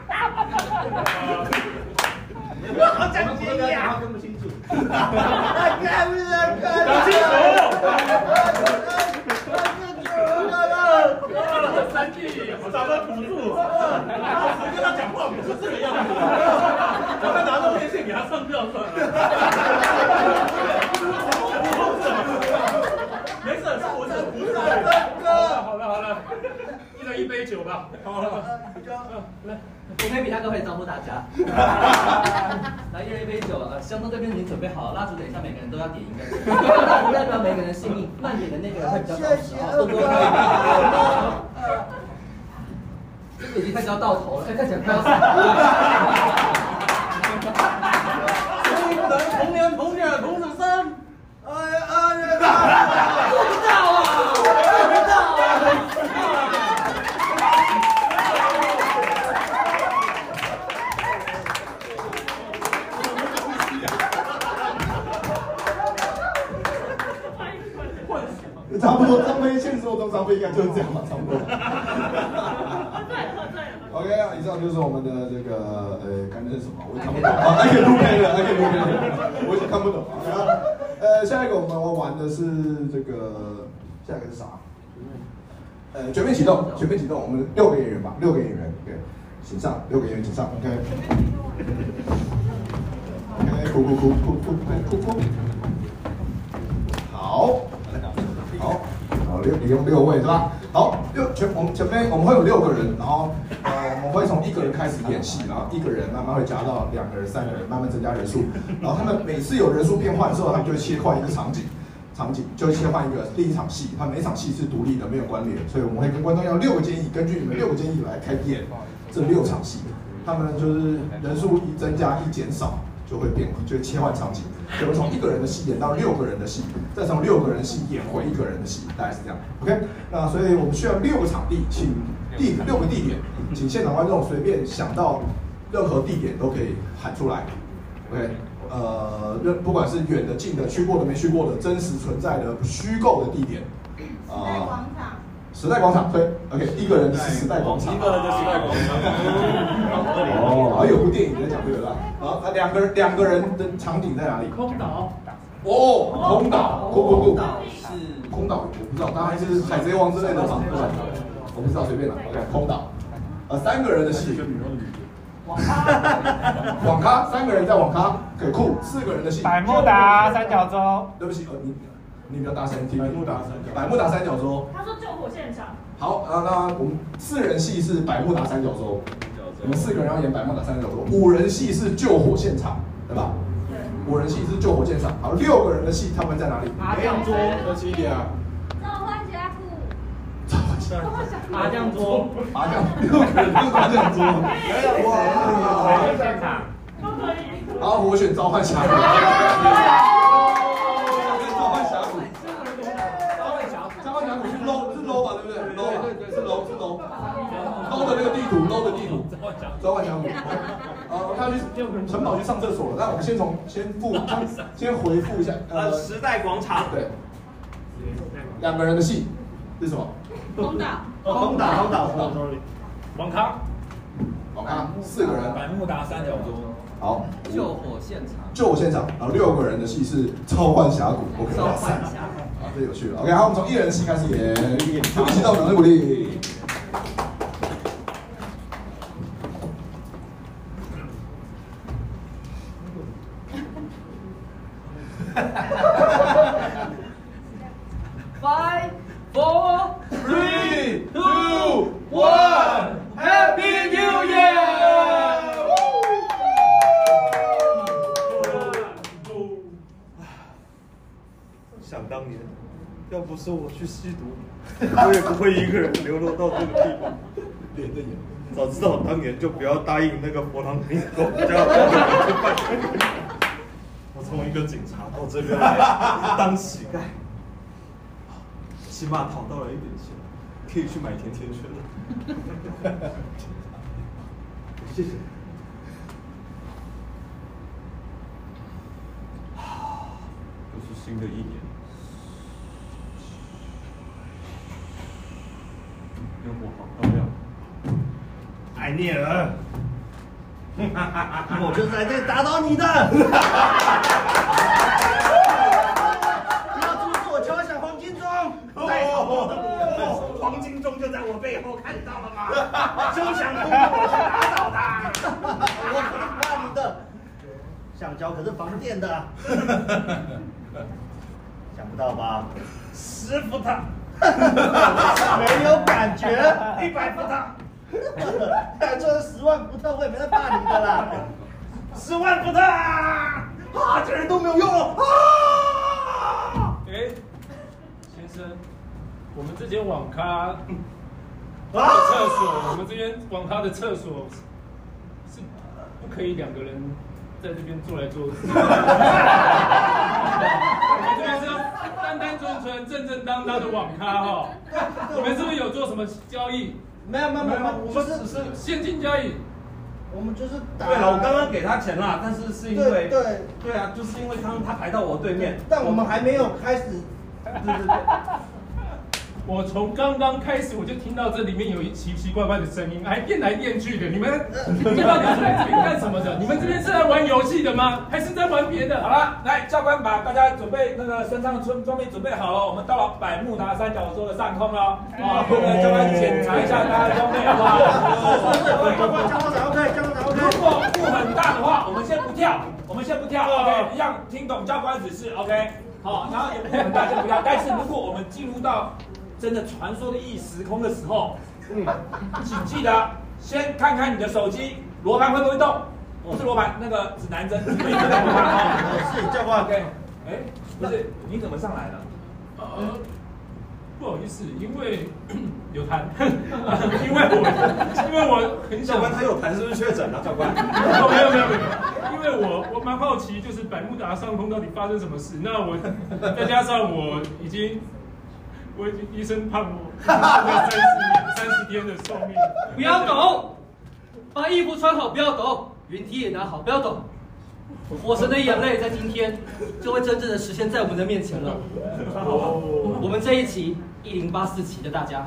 Speaker 3: 我好想结义啊！
Speaker 19: 分不清楚。
Speaker 9: 大哥不是大哥，
Speaker 15: 打气球，三弟，我找到土著。
Speaker 8: 我跟他讲话不是这个样子的。
Speaker 15: 我再拿到电线给他上吊算 了。
Speaker 8: 没事，是我这个胡子。
Speaker 15: 好了好了，一人一杯酒吧。好了，
Speaker 6: 我可以比他更会招呼大家。来，一人一杯酒，呃，香灯这边已经准备好了，蜡烛等一下每个人都要点一根，蜡烛代表每个人的性命，慢点的那个人会比较早死啊，多多喝一点。这个已经快要到头了，看起来快要死了。所以不能同年同月同日生，
Speaker 9: 哎呀，
Speaker 6: 不知道啊。
Speaker 1: 差不多，张飞现实生活中张飞应该就是这样吧，差不多。
Speaker 3: 喝醉了，喝醉了。
Speaker 1: OK 啊，以上就是我们的这个呃，刚才是什么？我也看不懂啊，而且录配了，而且录配了，我也看不懂啊。然后呃，下一个我们要玩的是这个，下一个是啥？呃，全面启动，全面启动，我们六个演员吧，六个演员，对，请上，六个演员请上，OK。OK，哭哭哭哭哭哭哭哭。好，好，好六，一共六位是吧？好，六前我们前面我们会有六个人，然后呃我们会从一个人开始演戏，然后一个人慢慢会加到两个人、三个人，慢慢增加人数，然后他们每次有人数变换之后，他们就会切换一个场景。场景就会切换一个另一场戏，它每场戏是独立的，没有关联，所以我们会跟观众要六个建议，根据你们六个建议来开演这六场戏。他们就是人数一增加一减少，就会变，就会切换场景，就会从一个人的戏演到六个人的戏，再从六个人戏演回一个人的戏，大概是这样。OK，那所以我们需要六个场地，请地六个地点，请现场观众随便想到任何地点都可以喊出来。OK，呃，任不管是远的、近的、去过的、没去过的、真实存在的、虚构的地点，啊、时代广场，对，OK，一个人的时代广哦场，一个人的时代广场，哦，还有部电影在讲这个啦，好，那两个人两个人的场景在哪里？
Speaker 4: 空岛，
Speaker 1: 哦，空岛，空空空，
Speaker 9: 是
Speaker 1: 空岛，我不知道，当然是海贼王之类的吧，对吧？我不知道，随便了，OK，空岛，呃，三个人的戏，网咖，三个人在网咖，很酷，四个人的戏，
Speaker 20: 百慕达三角洲，
Speaker 1: 对不起，呃，你你比较大声听，百慕达三角，百慕达三角洲。
Speaker 3: 他说救火现场，
Speaker 1: 好，那那我们四人戏是百慕达三角洲，我们四个人要演百慕达三角洲，五人戏是救火现场，对吧？五人戏是救火现场，好，六个人的戏他们在哪里？
Speaker 4: 麻将桌，
Speaker 1: 多一点啊！
Speaker 11: 召唤峡谷，
Speaker 4: 麻将桌，
Speaker 1: 麻将六个人都麻将桌，
Speaker 4: 麻
Speaker 1: 哇！
Speaker 4: 将现场，
Speaker 3: 都可以。
Speaker 1: 好，我选召唤峡谷。召唤峡谷，召唤峡谷是 low 是 low 吧，对不对？low 对对是 low 是 low。low 的那个地图，low 的地图，召唤峡 谷。呃，他去城堡去上厕所了，那我们先从先 复先回复一下，呃
Speaker 5: 呃，，时代广场，
Speaker 1: 对，两个人的戏是什么？
Speaker 11: 空岛，
Speaker 21: 空岛，空岛，空岛。
Speaker 15: 网咖，
Speaker 1: 好看，四个人，
Speaker 5: 百慕达三角洲，
Speaker 1: 好，
Speaker 9: 救火现场，
Speaker 1: 就我现场，然后六个人的戏是召唤峡谷，OK，
Speaker 9: 召
Speaker 1: 哇塞
Speaker 9: 唤，峡谷，
Speaker 1: 啊，这有趣了。OK，好，我们从一人戏开始演，一人戏到掌声鼓励。
Speaker 6: Five, four,
Speaker 1: Three, two, one, Happy New Year！
Speaker 5: 想当年，要不是我去吸毒， 我也不会一个人流落到这个地方。
Speaker 1: 连着演，
Speaker 5: 早知道当年就不要答应那个佛朗明哥家的拜 我从一个警察到这边来当乞丐，起码讨到了一点钱，可以去买甜甜圈了。 谢谢。 又是新的一年，烟火好漂亮。
Speaker 4: 艾涅 尔，
Speaker 21: 我就是来这里打倒你的。不要阻止我敲响黄金钟！
Speaker 4: 再吵闹的不要黄金钟就在我背后，看到了吗？休想通过我去打倒他！
Speaker 21: 我可不怕你的，橡胶可是防电的。想不到吧？
Speaker 4: 十伏特，
Speaker 21: 没有感觉，
Speaker 4: 一百伏特，
Speaker 21: 还做了十万伏特，我也没在怕你的啦。
Speaker 4: 十万伏特啊！啊，这人都没有用了啊！
Speaker 15: 哎，先生，我们这间网
Speaker 21: 啊
Speaker 15: 咖的
Speaker 4: 啊！
Speaker 15: 厕所，我们这间网咖的厕所是不可以两个人在这边坐来坐去。 我们这边是单单纯纯、正正当当的网咖 哈、哦。你们是不是有做什么交易？
Speaker 21: 没有没有没有，我们只是
Speaker 15: 现金交易？
Speaker 21: 我们就是打。
Speaker 5: 对了，我刚刚给他钱啦，但是是因
Speaker 21: 对
Speaker 5: 为
Speaker 21: 对，
Speaker 5: 对啊，就是因为他他排到我对面，
Speaker 21: 但我们还没有开始。对对对，
Speaker 22: 我从刚刚开始我就听到这里面有一奇奇怪怪的声音，还变来变去的。你们这到底是来这边干什么的？你们这边是来玩游戏的吗？还是在玩别的？
Speaker 15: 好了，来教官把大家准备那个身上的装装备准备好了，我们到了百慕达三角洲的上空
Speaker 22: 哦
Speaker 15: 了。啊，不能教官检查一下大家的装备好不好？教官，教官，OK，教官，OK。如果雾很大的话，我们先不跳，我们先不跳，OK，一样
Speaker 22: 哦
Speaker 15: 听懂教官指示，OK。好，然后也不很大先不跳，但是如果我们进入到真的传说的异时空的时候，嗯，请记得先看看你的手机罗盘会不会动。不是罗盘，那个指南针，没有罗盘啊。是教官。OK。哎，不是，你怎么上来了？
Speaker 22: 呃，不好意思，因为 有痰，因为我因为我很想。
Speaker 8: 教官他有痰是不是确诊了？教官。
Speaker 22: 哦，没有没有没有，因为我我蛮好奇，就是百慕达上空到底发生什么事？那我再加上我已经我已经医生判我三十三十天的寿命，
Speaker 6: 不要抖，把衣服穿好，不要抖，云梯也拿好，不要抖。火神的眼泪在今天就会真正的实现在我们的面前了。
Speaker 23: 哦
Speaker 6: 我们这一期一零八四期的大家，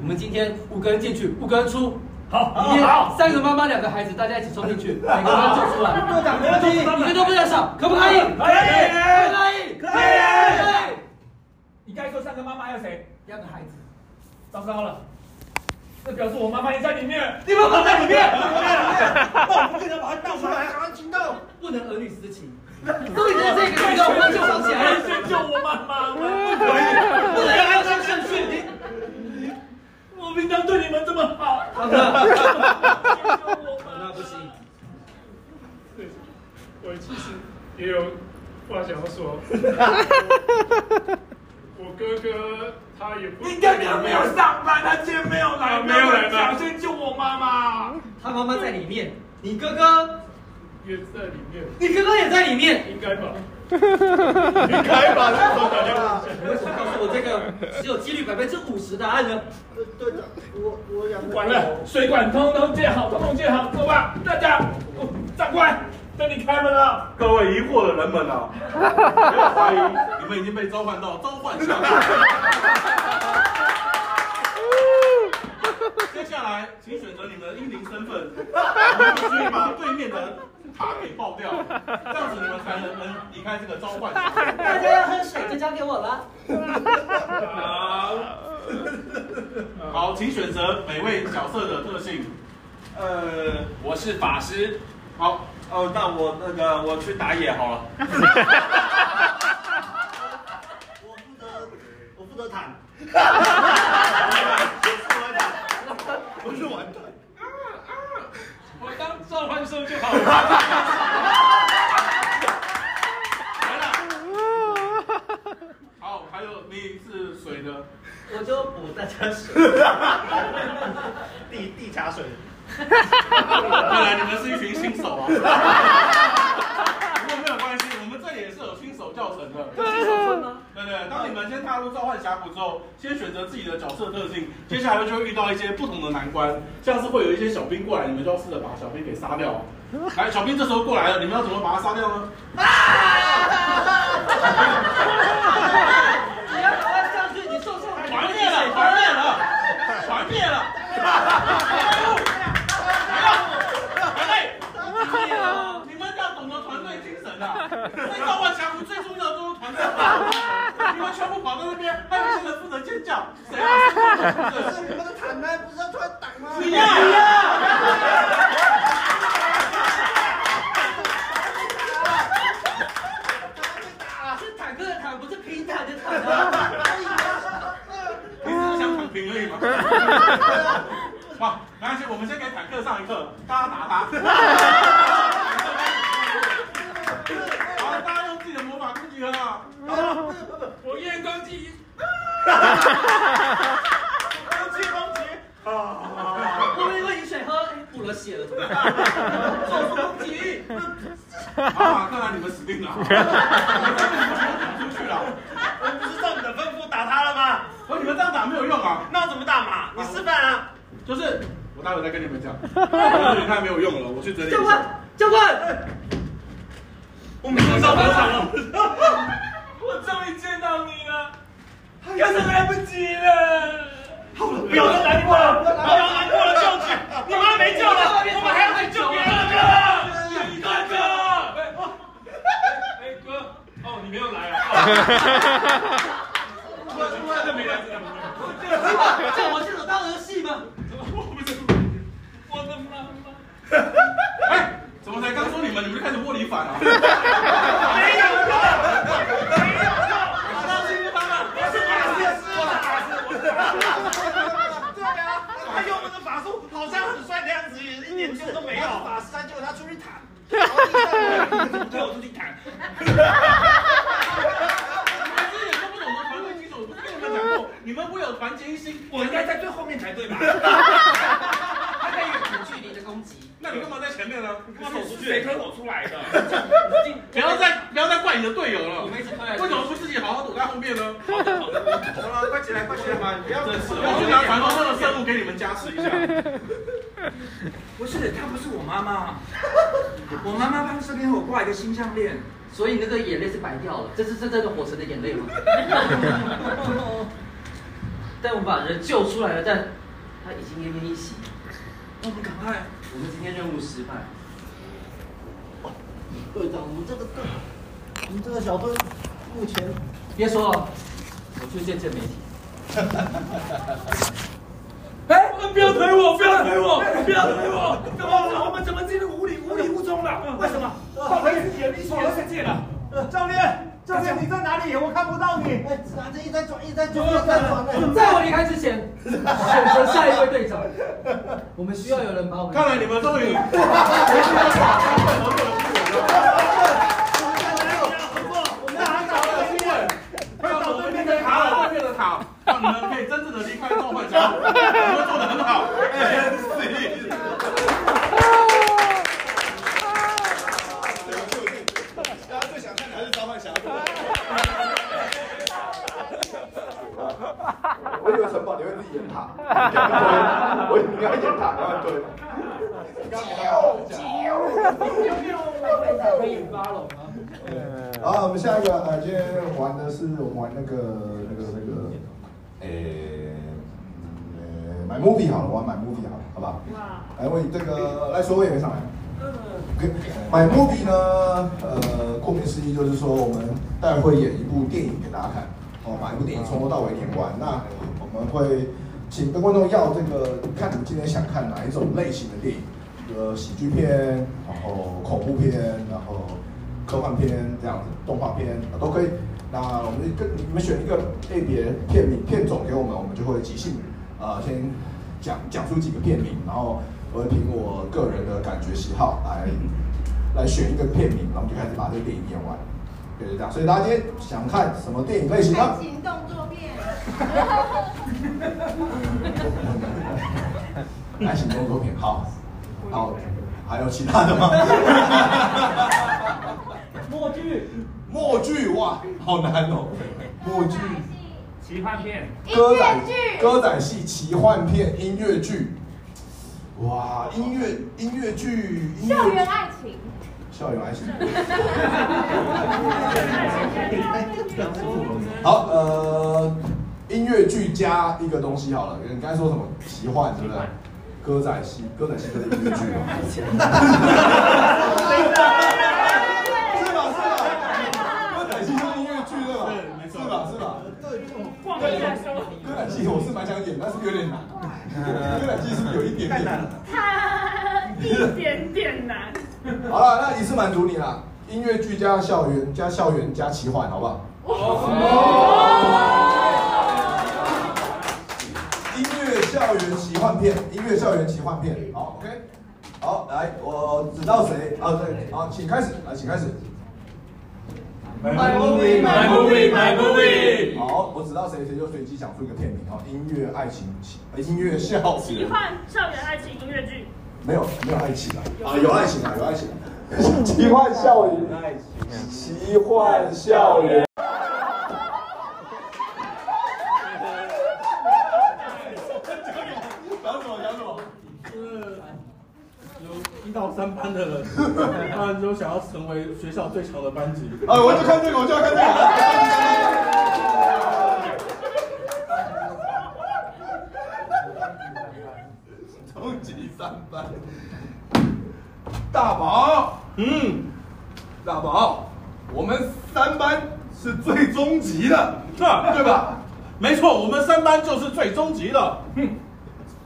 Speaker 6: 我们今天五个人进去，五个人出。
Speaker 23: 好
Speaker 6: 里面
Speaker 23: 好
Speaker 6: 三个妈妈，两个孩子，大家一起冲 进去，每个人走出来。
Speaker 23: 队长没问题
Speaker 6: 一个都不要少，可不可
Speaker 23: 可
Speaker 6: 以？
Speaker 23: 以
Speaker 6: 可不可以？可以。
Speaker 15: 你刚才说三个妈妈还有谁？
Speaker 6: 两个孩子。
Speaker 15: 糟糕了，那表示我妈妈也在里面。
Speaker 6: 你们绑在里面，
Speaker 15: 那我们
Speaker 6: 不能把它倒出来，赶快
Speaker 21: 行动，
Speaker 6: 不能儿女私情。都已经这个地方，我就想起来了，
Speaker 15: 先救我妈妈，不
Speaker 6: 可以，不能让她上上去。
Speaker 15: 我平常对你们这么好，
Speaker 6: 好的
Speaker 22: 那不行。对，我其实也有话想要说。我哥哥他也不
Speaker 15: 你根本没有上班，他今天没有来，
Speaker 22: 啊没有来吗
Speaker 15: 想先救我妈妈。
Speaker 6: 他妈妈在里面，你哥哥
Speaker 22: 也在里面，
Speaker 6: 你哥哥也在里面，
Speaker 22: 应该吧？
Speaker 6: 应
Speaker 22: 该吧那时候打电话
Speaker 6: 为什么告诉我这个只有几率百分之五十答案呢？
Speaker 21: 队长，我我两个。
Speaker 15: 管了，水管通通建好，通通建好，走吧，大家，哦长官，等你开门了。
Speaker 8: 各位疑惑的人们啊，不要怀疑，你们已经被召唤到召唤下。接下来，请选择你们的英灵身份，我们必须把对面的塔给爆掉，这样子你们才能能离开这个召唤。
Speaker 6: 大家要喝水就交给我了。
Speaker 8: 好，请选择每位角色的特性。呃，我是法师。好，哦，那我那个我去打野好了。
Speaker 21: 我负责坦。
Speaker 8: 不是完蛋。
Speaker 22: 我当召唤兽就好 了。
Speaker 8: 好，还有你是水的，
Speaker 6: 我就补大家水。
Speaker 21: 地地下水。
Speaker 8: 看来你们是一群新手啊。不过没有关系，我们这里也是有新手教程的。
Speaker 6: 新手村吗？
Speaker 8: 对对，当你们先踏入召唤峡谷之后，先选择自己的角色特性，接下来就会遇到一些不同的难关，像是会有一些小兵过来，你们就要试着把小兵给杀掉。来，小兵这时候过来了，你们要怎么把他杀掉呢？
Speaker 6: 你要赶快上去，你受伤了。
Speaker 8: 团灭了，团灭了，团灭了！哎你们要懂得团队精神啊！在召唤峡谷最重要的就是团队啊你们全部跑到那边，还有一些人负责尖叫，谁啊？
Speaker 21: 是你们的坦呢？不是要突然挡吗？
Speaker 8: 你呀！你
Speaker 6: 是坦克的坦，不是平坦的坦啊。
Speaker 8: 你只是想躺平而已嘛。哇，没关系，我们先给坦克上一课，大家打他。好，大家用自己的魔法攻击他啊！
Speaker 22: 我验光 机。
Speaker 8: 攻击攻击！
Speaker 6: 我以为你水喝补了血了，
Speaker 8: 做出攻击。啊，看来你们死定了！出去了，
Speaker 23: 我不是照你的吩咐打他了吗？
Speaker 8: 我你们这样打没有用啊！
Speaker 23: 那我怎么打嘛？你示范啊！
Speaker 8: 就是我待会再跟你们讲，我觉得太没有用了，我去整理一下。
Speaker 6: 教官，教官，
Speaker 8: 我们上到班场了。
Speaker 15: 我终于见到你了，可是来不及了。
Speaker 20: 表哥难过了，表哥难过了，救去，你妈没救了，我们还要去救别人哥哥，哥哥，
Speaker 15: 哎哥，哦，你没有来啊？突然突然就没来，真的没来。
Speaker 9: 叫我这种当儿戏吗？
Speaker 15: 我的妈妈！
Speaker 8: 怎么才刚说你们，你们就开始窝里反了？
Speaker 20: 没有错，没有错，我当时帮了，我是法师，我是法师，我是法师，对啊，他用我的法术，好像很帅的样子，一点救都没有，法师，他救他出去躺，对，我出去躺。
Speaker 8: 这点都不懂得团队精神，我不是跟你们讲过，你们不有团结一心，我应该在最后面才对吧？
Speaker 20: 他可以远距离的攻击。
Speaker 8: 那你干嘛在前面呢？干嘛走出去？
Speaker 20: 谁推我出来的？
Speaker 8: 不要再不要再怪你的队友了。
Speaker 20: 你们一直推来推去
Speaker 8: 为什么不自己好好躲在后面 呢？
Speaker 21: 好了，快起来，快起来嘛！你不要
Speaker 8: 真是，我去拿传说中的圣物给你们加持一下。
Speaker 20: 不是，她不是我妈妈，我妈妈当时给我挂一个新项链，
Speaker 9: 所以那个眼泪是白掉了，这是真正的火神的眼泪吗？ 但我们把人救出来了，但他已经奄奄一息。
Speaker 20: 我们赶快，
Speaker 9: 我们今天任务失败。队长，我们这个队，
Speaker 21: 我们这个小队目前
Speaker 9: 别说了，我去见见媒体。
Speaker 20: 哎，不要推我，不要推我，
Speaker 24: 不要推
Speaker 20: 我！怎么，我们怎么进入无里无里无踪了？为什么？
Speaker 24: 我们自己的历史世界了。
Speaker 20: 教练，教练，你在哪里？我看不到你。
Speaker 21: 哎，拿着一直在转，一直在转，一直在 转呢。
Speaker 9: 在我离开之前，选择下一位队长。我们需要有人把我们。
Speaker 8: 看来你们终 于。
Speaker 20: 到对面
Speaker 8: 的塔，对面的塔，让你们可以真正的离开召唤峡谷，你们做的很 好。哎是
Speaker 1: 大家最想看的还是召唤峡谷。我以为城堡你会自己演塔， 我以为你要演塔，然 后对。
Speaker 20: 可以发了吗？
Speaker 1: 好，我们下一个呃，今天玩的是我们玩那个那个那个，诶、呃，买 movie 好了，玩买 movie 好了，好不好？来为这个来说，我也会上来。买 movie 呢，呃，顾名思义就是说我们待会会演一部电影给大家看，哦，把一部电影从头到尾演完。那我们会请跟观众要这个，看你今天想看哪一种类型的电影，呃，喜剧片，然后恐怖片，然后科幻片这样子，动画片、呃都可以。那我们跟你们选一个类别片名片种给我们，我们就会即兴呃先讲讲出几个片名，然后我会凭我个人的感觉喜好来来选一个片名，然后我们就开始把这个电影演完，就是这样。所以大家今天想看什么电影类型呢？
Speaker 11: 情动作片。
Speaker 1: 爱情动作片，好，好，还有其他的 吗？
Speaker 20: 默剧，
Speaker 1: 默剧哇，好难哦，默剧。
Speaker 20: 奇幻片，
Speaker 1: 歌仔歌仔戏、奇幻片、音乐剧，哇，音乐音乐剧，音乐
Speaker 11: 校园
Speaker 1: 剧
Speaker 11: 爱情。
Speaker 1: 校园爱情。好，呃，音乐剧加一个东西好了，你刚才说什么奇幻，对不对？歌仔戏，歌仔戏就是音乐剧吗？ 哎是吧？是吧？歌仔戏就是音乐剧哎对吧？是吧？是吧？
Speaker 3: 逛一下说，
Speaker 1: 歌仔戏我是蛮想演，但是有点难。歌仔戏是不是有一点点哎难？
Speaker 3: 它一点点难。
Speaker 1: 好了，那一次满足你啦。音乐剧加校园加校园加奇幻，好不好？音乐校园奇幻片，音乐校园奇幻片。好，OK。好，来，我指到谁？啊，对，好，请开始，来，请开始。
Speaker 20: My movie, my movie, my movie
Speaker 1: 好，我指到谁，谁就随机讲出一个片名。好，音乐爱情奇，呃音乐校园
Speaker 3: 奇幻校园爱情音乐剧，
Speaker 1: 没有，没有爱情啊，啊，有爱情啊，有爱情啊。 奇幻校园，奇幻校园。
Speaker 8: 讲什么？讲什么？
Speaker 2: 有一到三班的人，他们都想要成为学校最强的班级。
Speaker 1: 啊，我就看这个， 我就要看这个。三班。大宝，嗯，大宝，我们三班是最终极的，对吧？没错，我们三班就是最终极的。哼，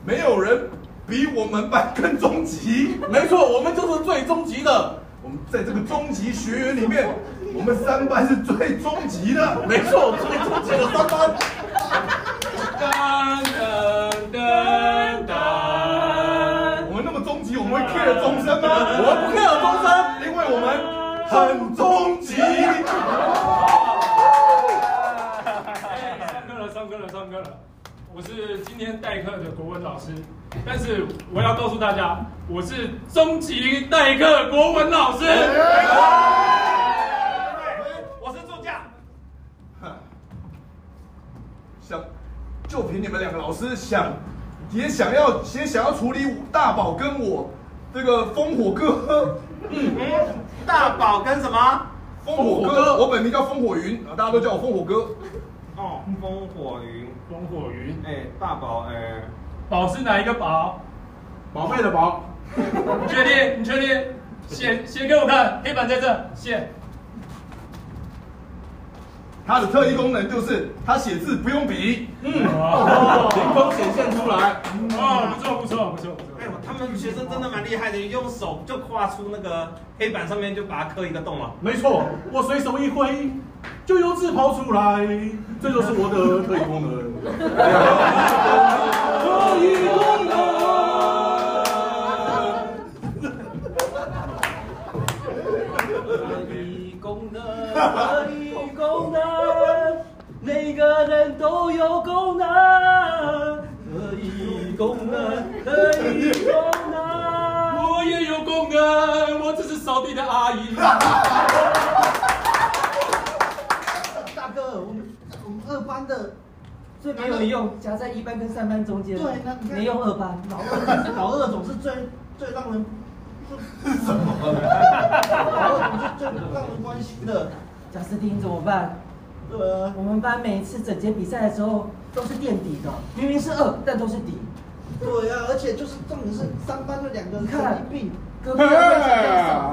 Speaker 1: 没有人比我们班更终极。没错，我们就是最终极的。我们在这个终极学员里面，我们三班是最终极的。没错，最终极的三班。
Speaker 15: 噔噔噔噔，
Speaker 1: 我们那么终极，我们会 care 终身吗？我们不 care 终身，因为我们很终极。
Speaker 15: 上课哎了，上课了，上课了。我是今天代课的国文老师，但是我要告诉大家，我是终极代课国文老师。
Speaker 20: 我是助教。
Speaker 1: 想，就凭你们两个老师想，也想要也想要处理大宝跟我这个烽火哥。嗯，大宝跟什么？烽火
Speaker 20: 烽火哥
Speaker 1: 哥，我本名叫烽火云，啊大家都叫我烽火哥。
Speaker 4: 哦，烽火云，
Speaker 15: 烽火云，
Speaker 4: 哎，大宝，哎，
Speaker 15: 宝是哪一个宝？
Speaker 1: 宝贝的宝。
Speaker 15: 你确定？你确定？写写给我看，黑板在这，写。
Speaker 1: 它的特异功能就是它写字不用笔，嗯，
Speaker 15: 哦
Speaker 1: 灵光显现出来。
Speaker 15: 哦，不错不错不错不错。
Speaker 4: 哎呦，他们学生真的蛮厉害的，用手就画出那个黑板上面就把它刻一个洞了。
Speaker 8: 嗯没错，我随手一挥，就有字跑出来，这就是我的特异功能。特异功能。
Speaker 9: 一功能，一功能，每个人都有功能，可 以功能，可以功能。
Speaker 15: 我也有功能，我只是扫地的阿姨。
Speaker 21: 大哥，我们我们二班的
Speaker 6: 最没有用，夹在一班跟三班中间，
Speaker 21: 对那你看
Speaker 6: 没用二班，老二
Speaker 21: 老二总是最最让人
Speaker 1: 什么？
Speaker 21: 老二总是最不让人关心的。
Speaker 6: 贾斯汀怎么办？
Speaker 21: 呃，
Speaker 6: 我们班每一次整节比赛的时候都是垫底的，哦明明是二，但都是底。
Speaker 21: 对啊，而且就是重点是三班的两个人
Speaker 6: 看
Speaker 21: 神经病，
Speaker 6: 隔壁的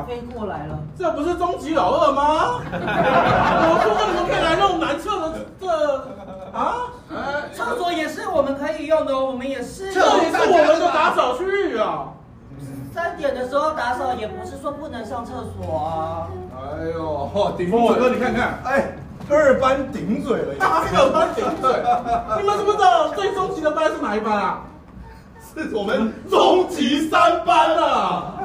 Speaker 6: 飞过来了，
Speaker 8: 这不是终极老二 吗？我说过你们可以来弄男厕的这啊，
Speaker 15: 哎
Speaker 6: 厕所也是我们可以用的哦，我们也是。
Speaker 8: 这里是我们的打扫区域啊。
Speaker 6: 三点的时候打扫也不是说不能上厕所啊。
Speaker 1: 哎呦，嚯顶嘴了，你看看，哎，二班顶嘴了，
Speaker 8: 大
Speaker 1: 二
Speaker 8: 个班顶嘴，你们知不知道最终极的班是哪一班啊？
Speaker 1: 是我们
Speaker 8: 终极三班啊！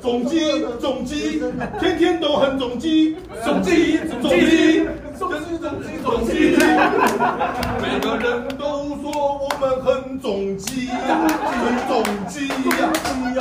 Speaker 1: 总机总机，天天都很总机，总机总机总机总机总机，每个人都说我们很总机呀，很总机呀，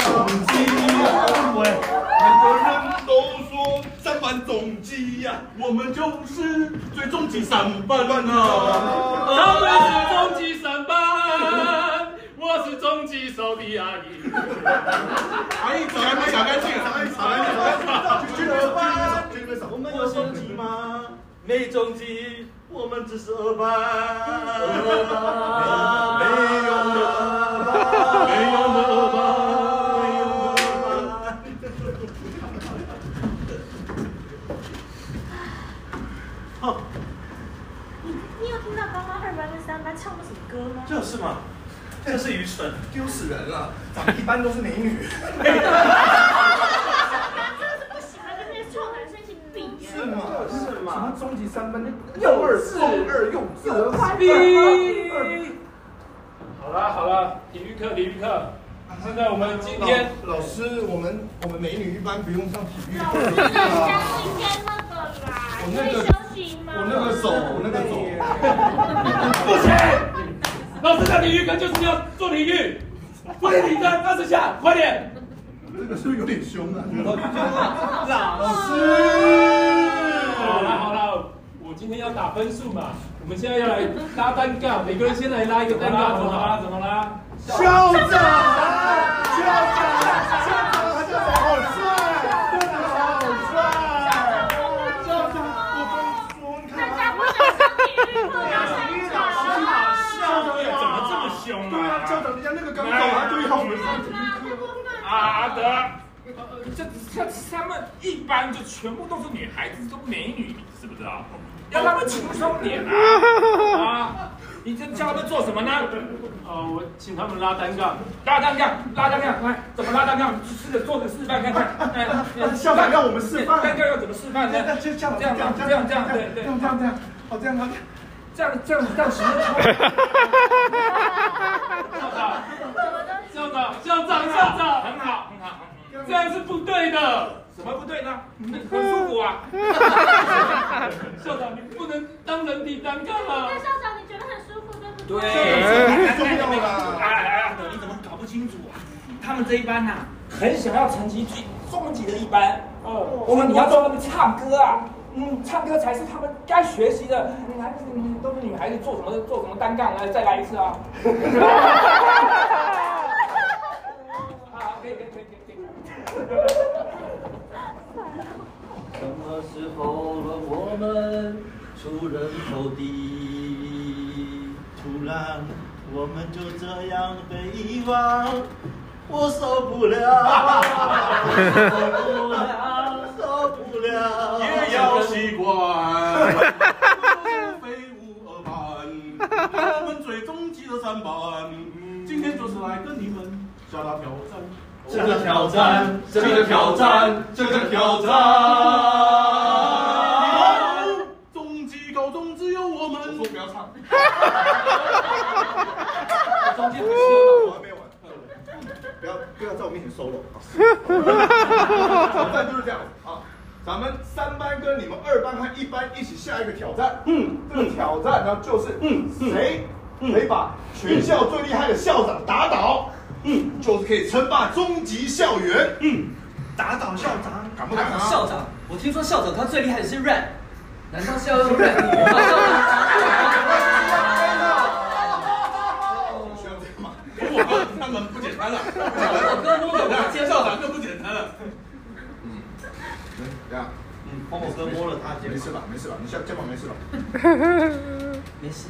Speaker 1: 总机啊呀，每个人都说三班总机呀，
Speaker 8: 我们就是最终极三班
Speaker 15: 他们
Speaker 8: 啊！
Speaker 15: 是终极三班，我是终极扫地阿姨。
Speaker 8: 阿姨早还没扫干净，阿姨扫干净，
Speaker 4: 我们有升级吗？没中级，我们只是二班。没有的二班，没有的二班。
Speaker 11: 你你有听到刚刚二班跟三班唱过什么歌吗？
Speaker 4: 就是嘛，这是愚蠢，
Speaker 1: 丢死人了，长一般都是美 女。
Speaker 11: 这个是不行的，跟那些臭男生一起比。
Speaker 21: 是吗？
Speaker 4: 是
Speaker 1: 什
Speaker 4: 吗？
Speaker 1: 么终极三班？幼儿中二幼稚
Speaker 15: 又
Speaker 1: 二班
Speaker 15: 逼！好了好了，体育课体育课，现在我们今天
Speaker 1: 老师，我们我们美女一般不用上体育
Speaker 11: 老
Speaker 1: 课。
Speaker 11: 师，你相应该那个啦，
Speaker 1: 我
Speaker 11: 你
Speaker 1: 那个
Speaker 11: 会休息吗？
Speaker 1: 我那个手，我那个手，
Speaker 15: 不行，老师上体育课就是要做体育，不是你站二十下，快点！
Speaker 1: 这个是不是有点凶啊？
Speaker 4: 老
Speaker 15: 好了好了，我今天要打分数嘛，我们现在要来拉单杠，每个人先来拉一个单杠，怎么啦？怎么啦？
Speaker 1: 校长，校长，校长，校长好帅，校长好帅，校长，我跟你说，你看，
Speaker 4: 师，老师，校长怎么这么凶
Speaker 1: 哎啊对
Speaker 15: 啊
Speaker 1: 啊，校长，人家那个刚好，他对抗我们是
Speaker 11: 啊
Speaker 15: 他他们一般就全部都是女孩子，都美女，你知不知道？让他们轻松点啊！啊，你这叫他们做什么呢？哦，我请他们拉单杠，拉单杠，拉单杠，来，怎么拉单杠？试着做着示范看看。哎，哎
Speaker 20: 校长让我们示范
Speaker 15: 单杠要怎么示范呢？
Speaker 20: 这这这样
Speaker 15: 这样这样
Speaker 20: 这
Speaker 15: 这
Speaker 20: 样
Speaker 15: 样
Speaker 20: 这
Speaker 15: 这
Speaker 20: 样
Speaker 15: 样，对对，
Speaker 20: 这样这样这样，
Speaker 1: 哦
Speaker 20: 好这样好。
Speaker 15: 这样这样这样行吗？校长，校长，校长，很好，很好，很好，这样是不对的。什么不对呢？那很舒服啊。校长，你不能当人体单杠啊。
Speaker 11: 那校长你觉得很舒服对不对？
Speaker 15: 对，哎哎哎，你怎么搞不清楚啊？他们这一班呐、很想要成绩最终极的一班。哦，
Speaker 24: 我们你要教他们唱歌啊，嗯，唱歌才是他们该学习的。你还你都是女孩子，做什么做什么单杠啊？再来一次啊！好，可以可以可以可以
Speaker 5: 什么时候了我们出人头地？
Speaker 21: 突然，我们就这样被遗忘，我受不了，受不了，受不了。
Speaker 8: 也要习惯。飞舞二班，我们最终极的三班，今天就是来跟你们下达挑战。
Speaker 20: 这个挑战，这个挑战，这个挑战。
Speaker 8: 终极高中只有我们。我说不要唱。
Speaker 1: 中间不是我还没完，不要不要在我面前 solo 啊！ 挑战就是这样子啊，咱们三班跟你们二班和一班一起下一个挑战，嗯，这个挑战呢就是，嗯，谁可以把全校最厉害的校长打倒，嗯，就是可以称霸终极校园，嗯，打倒校长，敢不敢啊？
Speaker 9: 校长，我听说校长他最厉害的是 rap，难道是要用 rap 吗？校
Speaker 8: 我告诉他们不简单了，
Speaker 9: 我哥摸了我的肩
Speaker 8: 校长更不简单了。
Speaker 1: 这样，嗯，帮我哥摸了他肩膀，没事吧？没事吧？你下肩膀没事吧？
Speaker 9: 没事。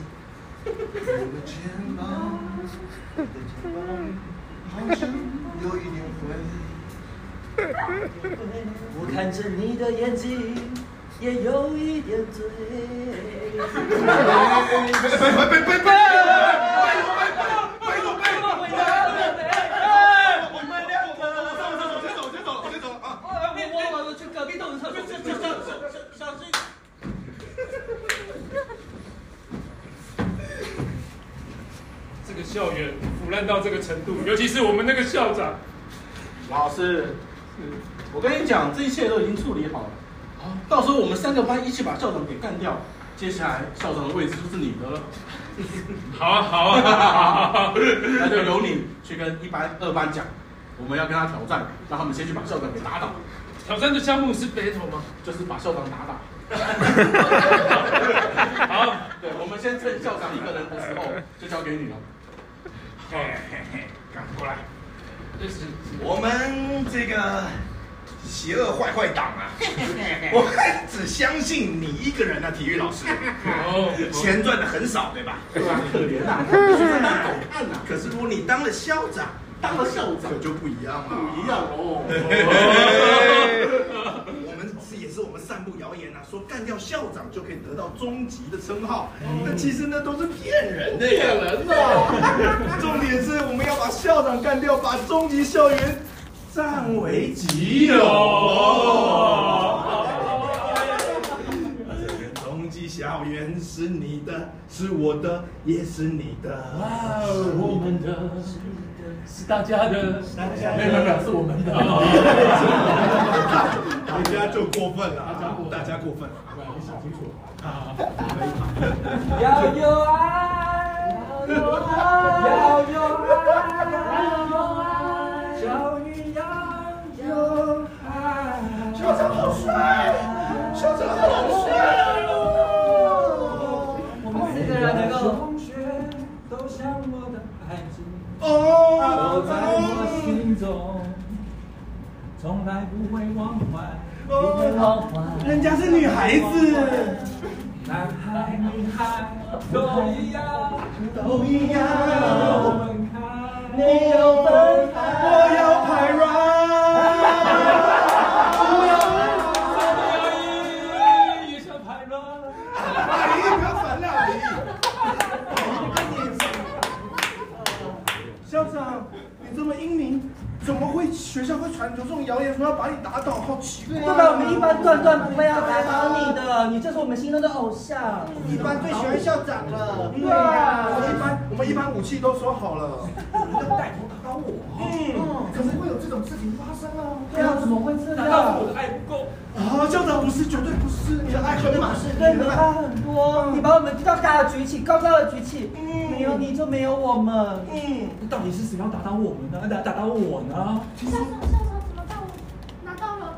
Speaker 1: 好像有一点
Speaker 9: 长，我看着你的眼睛，也有一点醉。
Speaker 15: 这个校园腐烂到这个程度，尤其是我们那个校长，
Speaker 8: 老师，嗯我跟你讲，这一切都已经处理好了。好，到时候我们三个班一起把校长给干掉，接下来校长的位置就是你的了。
Speaker 15: 好啊好啊好啊好啊
Speaker 8: 那就由你去跟一班、二班讲，我们要跟他挑战，让他们先去把校长给打倒。
Speaker 15: 挑战的项目是 battle 吗？
Speaker 8: 就是把校长打倒。
Speaker 15: 好，
Speaker 8: 对，我们先趁校长一个人的时候，就交给你了。嘿嘿嘿，赶过来。
Speaker 15: 这是
Speaker 25: 我们这个邪恶坏坏党啊，我们只相信你一个人啊，体育老师。
Speaker 15: 哦
Speaker 25: 钱赚的很少，对吧？
Speaker 8: 对啊，可怜啊，
Speaker 25: 啊可是如果你当了校长，当了校长可就不一样了，不
Speaker 8: 一样哦。
Speaker 25: 我们也是我们散布谣言啊，说干掉校长就可以得到终极的称号，那其实那都是骗人的呀，
Speaker 20: 骗人的
Speaker 25: 重点是我们要把校长干掉，把终极校园占为己有。终极校园是你的，是我的，也是你的。
Speaker 1: 啊
Speaker 25: 哇
Speaker 15: 哦我们的，是大家的，是大
Speaker 25: 家的
Speaker 15: 没有没有没有，是我们的。
Speaker 25: 大家就过分了啊，大家过分。
Speaker 15: 你想清楚
Speaker 25: 啊！
Speaker 20: 要有
Speaker 5: 爱，要有爱，要有爱，要有爱，少女要有爱。校长好帅，校长好帅哦！我们四个人能够。同学都像我的爱情，
Speaker 20: 哦
Speaker 5: 都在我心中，从来不会忘怀，不会忘怀。
Speaker 20: 人家是女孩子
Speaker 5: 男孩女孩都一样，
Speaker 20: 都一样
Speaker 5: 分开，
Speaker 20: 没有分开我要排卵。
Speaker 6: 对吧？
Speaker 21: 奇怪啊。
Speaker 6: 我们一般段段不会要打倒你的，你这是我们心中的偶像。
Speaker 21: 一般最喜欢校长了。
Speaker 6: 对啊
Speaker 25: 我一般我们一般武器都说好了，不要带头打我。嗯，可是会有这种事情发生啊。
Speaker 6: 对啊，怎么会这样？
Speaker 25: 难道是我的爱不够？
Speaker 6: 啊，校长不是，绝对不是，你的爱
Speaker 25: 很满是
Speaker 6: 对，你的爱很多，你把我们高高的举起，高高的举起，没有你就没有我们。
Speaker 21: 哎
Speaker 6: 嗯，
Speaker 5: 到底是谁要打倒我们呢？打打倒我呢？
Speaker 11: 校长，校长怎么办？我拿到了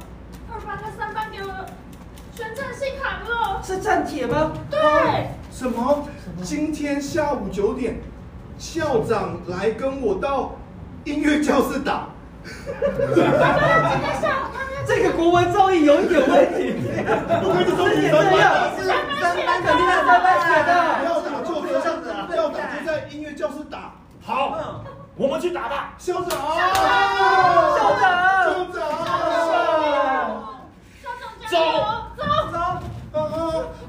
Speaker 11: 二班跟三班给我的宣战信函了。
Speaker 6: 是站帖吗？
Speaker 11: 对。
Speaker 25: 什么？今天下午九点，校长来跟我到音乐教室打。
Speaker 6: 这个国文造诣有一点问题。我跟你说，你这样，
Speaker 25: 三班
Speaker 6: 肯定是三班写的。
Speaker 25: 要打就这样子，要打就在音乐教室打。好，我们去打吧，校长。校校
Speaker 6: 校长
Speaker 25: 长，
Speaker 11: 走走
Speaker 25: 走。啊啊！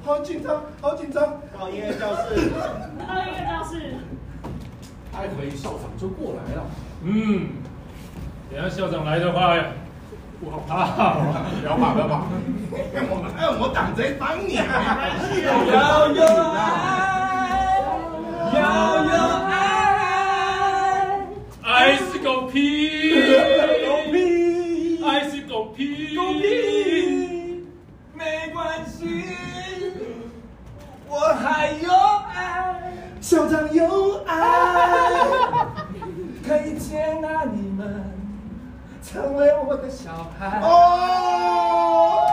Speaker 25: 好紧张，好紧张！
Speaker 21: 到音乐教室，
Speaker 3: 到一个教室，
Speaker 8: 待会校长就过来了。
Speaker 15: 嗯，等一下校长来的话，我好怕哦。
Speaker 25: 不要怕，不要怕。我们还有我党贼帮你。
Speaker 20: 要有
Speaker 15: 爱，要有爱，爱是狗屁，狗屁，爱是狗屁，狗屁，没关系，
Speaker 20: 我还有爱，
Speaker 25: 校长有爱，
Speaker 20: 可以接纳你们成为我的小孩。
Speaker 25: 哦，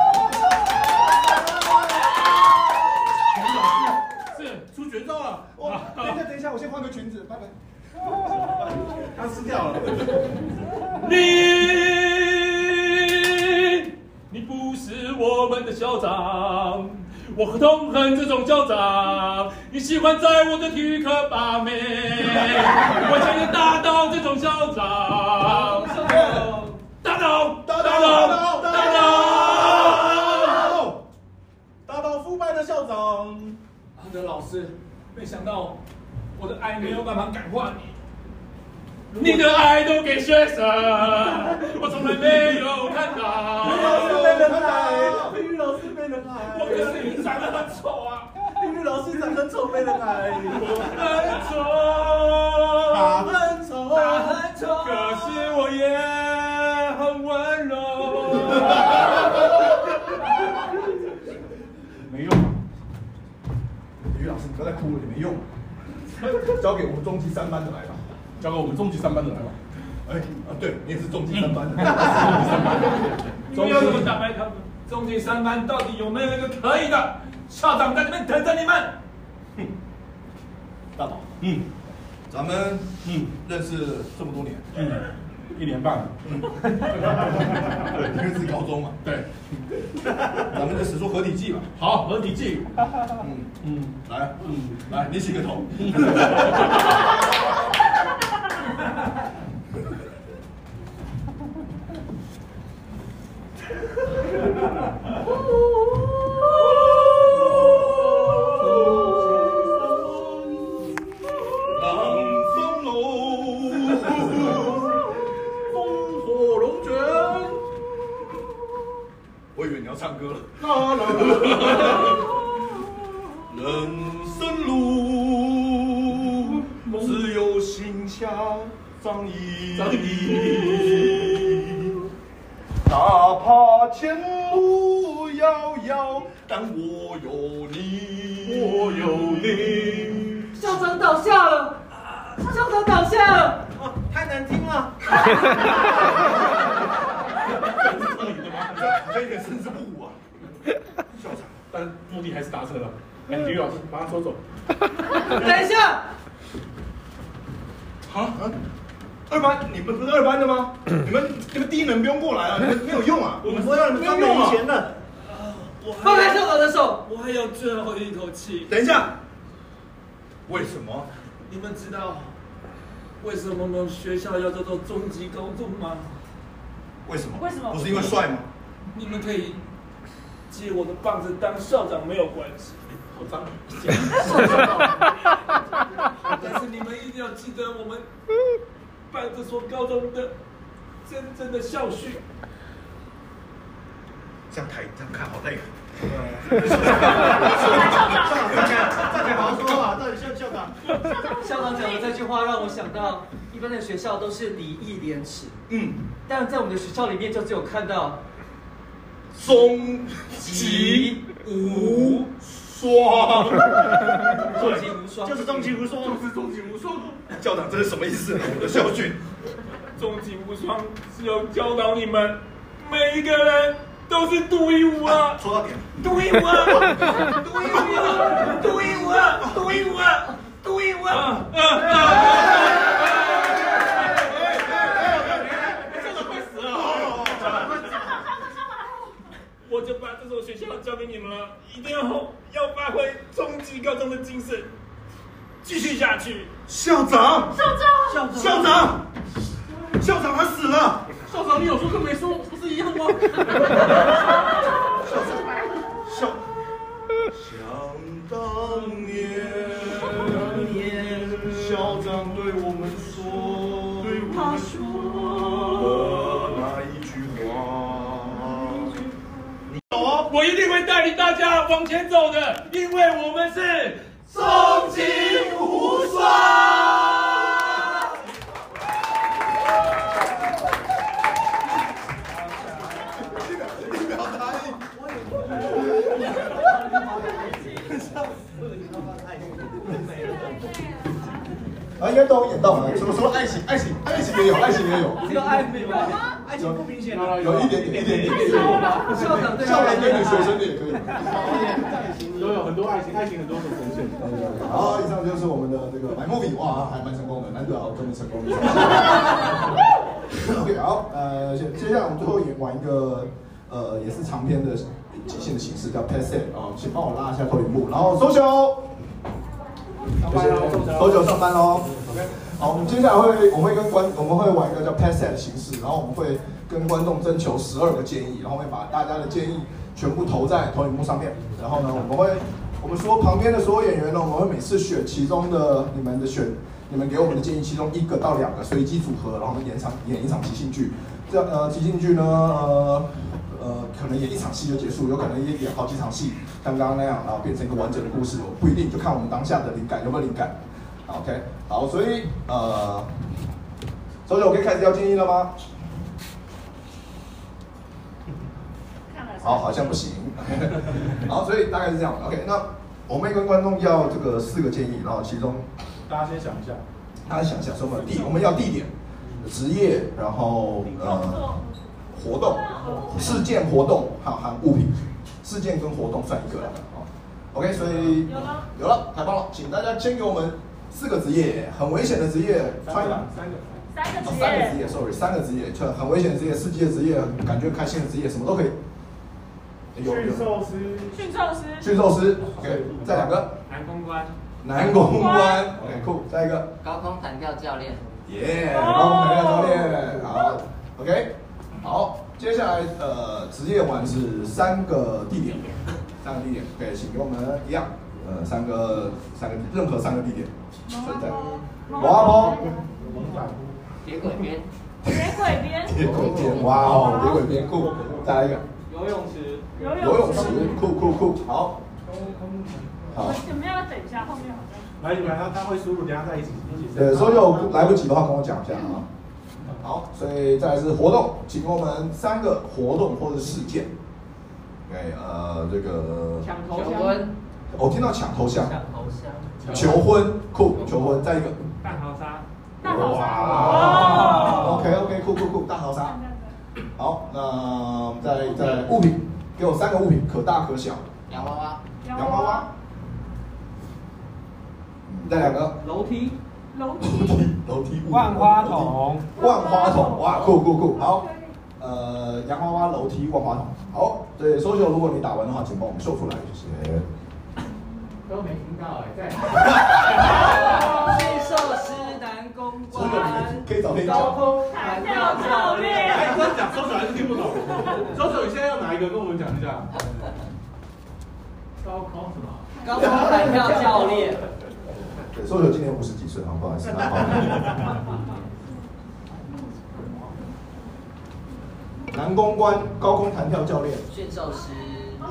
Speaker 8: 是出绝招了！
Speaker 25: 我等一下，等一下，我先换个裙子，拜拜。
Speaker 8: 他撕掉了。
Speaker 15: 你，你不是我们的校长，我痛恨这种校长。你喜欢在我的体育课把妹，我想要打倒这种校长。打倒，打倒，
Speaker 25: 打倒
Speaker 15: 打倒！
Speaker 8: 打倒腐败的校长。
Speaker 15: 阿德老师，没想到我的爱没有办法感化你。你的爱都给学生，我从来没有看到。
Speaker 20: 体育老师没人爱，我
Speaker 15: 可是你长得很丑啊！
Speaker 20: 体育老师长得丑没人爱，
Speaker 15: 很丑，
Speaker 20: 他很丑，他很丑，
Speaker 15: 可是我也很温柔。
Speaker 1: 没用。体育老师，你不要再哭了，你没用。交给我们中级三班的来吧，
Speaker 8: 交给我们中级三班的来吧。
Speaker 1: 哎，啊，对你也是中级三班 的。
Speaker 15: 你们要怎么打败他们？中级三班到底有没有一个可以的？校长在这边等着你们。
Speaker 1: 大宝，嗯，咱们嗯认识这么多年，嗯，一年半了，嗯，对，因为是高中嘛， 对，咱们就使出合体技吧。好，合体技，嗯嗯，来，嗯来，你洗个头。
Speaker 8: 朗诵楼，烽火龙卷，
Speaker 1: 我以为你要唱歌了。
Speaker 8: 啦啦啦，人生路只有心下仗义，仗义，
Speaker 25: 哪怕前
Speaker 8: 路遥遥，但我有你，我有你。
Speaker 6: 校长倒下了，校长倒下了。
Speaker 21: 哦，太难听了。
Speaker 8: 这一点甚至不武啊！校长，但目的还是达成了。哎，
Speaker 21: 嗯
Speaker 8: 体育老师，把他抽走。
Speaker 6: 等一下，
Speaker 25: 啊，二班，你们不是二班的 吗？你们你们第一轮不用过来啊，你们没有用啊，我们不让你们
Speaker 21: 专门以 前的。
Speaker 6: 放开校长的手。
Speaker 24: 我还有最后一口气。
Speaker 25: 等一下，为什么？
Speaker 24: 你们知道为什么我们学校要叫做中级高中吗？
Speaker 25: 为什么
Speaker 24: 为什么
Speaker 25: 不是因为帅吗？
Speaker 24: 你们可以接我的棒子当校长没有关系。
Speaker 8: 好脏！
Speaker 24: 但是你们一定要记得我们办这所高中的真正的校训。
Speaker 25: 这样抬这样看好累啊。
Speaker 21: 大家好好说话，到底像不像啊？
Speaker 9: 校长讲的这句话让我想到，一般的学校都是礼义廉耻，嗯，但在我们的学校里面就只有看到
Speaker 25: 忠
Speaker 9: 吉无
Speaker 25: 双，
Speaker 9: 忠吉无双，
Speaker 21: 就是终极无双，
Speaker 8: 就是终极无双。
Speaker 25: 校长这是什么意思呢？我的校训。
Speaker 15: 终极无双是要教导你们，每一个人都是独一无二。
Speaker 25: 说到点，
Speaker 20: 独一无二，独一无二，独一无二，独一无二，独一无二。
Speaker 15: 校长快死了！校长快死了！我就把这所学校交给你们了，一定要要发挥终极高中的精神，继续下去。
Speaker 25: 校长，
Speaker 20: 校长
Speaker 25: 校长，校长他死了。
Speaker 8: 校长，你有说跟没说不是一样吗？
Speaker 25: 校想当年，校长对我们说，对我们说那一句话。
Speaker 15: 走，我一定会带领大家往前走的，因为我们是
Speaker 20: 终极无双。
Speaker 1: 啊，应该都演到了，什么什么爱情，爱情，爱情也有，爱情也有，
Speaker 9: 只有爱没有啊，爱情不明显啊，
Speaker 1: 有一点点，一点点，
Speaker 9: 校长对
Speaker 1: 校长给女学生的也可以。
Speaker 2: 都有很多爱情，爱情很多种呈现。
Speaker 1: 好，以上就是我们的这个买墨笔，哇，还蛮成功的，难得啊，我这么成功。OK，好，呃，接接下来我们最后也玩一个，呃，也是长篇的即兴的形式，叫 Pass It 啊、请帮我拉一下投影幕，然后收哦球。上班喽，收球上班喽。好，我们接下来会我们会跟观我们会玩一个叫 pass set 的形式，然后我们会跟观众征求十二个建议，然后会把大家的建议全部投在投影幕上面。然后呢，我们会我们说旁边的所有演员呢，我们会每次选其中的你们的选你们给我们的建议其中一个到两个随机组合，然后我们演场演一场即兴剧。这样呃即兴剧呢呃呃可能演一场戏就结束，有可能也演好几场戏，像刚刚那样，然后变成一个完整的故事，不一定就看我们当下的灵感有没有灵感。OK，好，所以呃，周九可以开始要建议了吗？哦好，好像不行。 好，所以大概是这样。OK，那我们会跟观众要这个四个建议，然后其中
Speaker 2: 大家先想一下，嗯
Speaker 1: 大家想一下，什么地？我们要地点、职业，然后呃活动、事件、活动，还有含物品。事件跟活动算一个了。哦 OK，所以
Speaker 3: 有了
Speaker 1: 有了，太棒了！请大家先给我们四个职业，很危险的职业，穿
Speaker 2: 三个。
Speaker 3: 三个
Speaker 1: 哦
Speaker 3: 职
Speaker 1: 三个职
Speaker 3: 业，
Speaker 1: 业，sorry，三个职业，就很危险的职业，刺激的职业，感觉开心的职业，什么都可以。有有
Speaker 4: 驯兽师，
Speaker 3: 驯兽师，
Speaker 1: 驯兽师，OK，再两个
Speaker 4: 男公关，
Speaker 1: 男公关，OK，酷，再一个，
Speaker 26: 高空弹跳教练，
Speaker 1: 耶，高空弹跳教练，好，OK，好，接下来呃，职业完是三个地点，三个地点，OK，请给我们一样，呃，三个三个任何三个地点存在，娃娃
Speaker 26: 铁轨边，
Speaker 3: 铁轨边，
Speaker 1: 铁轨边，哇哦，铁轨边酷，再来一个。
Speaker 2: 游泳池，
Speaker 1: 游泳池，酷酷酷，好，好，
Speaker 3: 你们要等一下，后面好像。
Speaker 2: 来你们他他会输入，等下再一起一起。
Speaker 1: 呃，所以有来不及的话跟我讲一下啊。好，所以再来是活动，请给我们三个活动或者事件。哎，呃，这个
Speaker 26: 抢头香求婚，
Speaker 1: 我听到抢头香，
Speaker 26: 头香，
Speaker 1: 求婚酷，求婚，再一个，
Speaker 4: 大逃杀，
Speaker 3: 大逃杀，
Speaker 1: 哇
Speaker 3: 哦
Speaker 1: ，OK OK，酷酷酷，大逃杀。好，那再再物品，给我三个物品，可大可小。
Speaker 26: 洋娃娃，
Speaker 1: 洋娃娃，再两个
Speaker 9: 楼梯，
Speaker 3: 楼梯，
Speaker 1: 楼梯物，
Speaker 4: 万花筒，
Speaker 1: 万花筒，哇，酷酷酷，好，呃，洋娃娃楼梯万花筒，好，对，搜秀，如果你打完的话，请帮我们秀出来，谢谢。
Speaker 9: 都没听到哎，在。
Speaker 26: 驯
Speaker 9: 驯兽师、男公关、
Speaker 1: 可以找可以
Speaker 9: 高
Speaker 1: 讲。
Speaker 9: 空弹跳教练。
Speaker 8: 哎，
Speaker 9: 我
Speaker 8: 刚讲周九还是听不懂。周九，你现在要哪一个？跟我们讲一下。
Speaker 4: 高空什么？
Speaker 9: 高空弹跳教练。
Speaker 1: 对，搜秀今年五十几岁，好，不好意 思。啊好南公关高空弹跳教练，
Speaker 9: 驯兽师，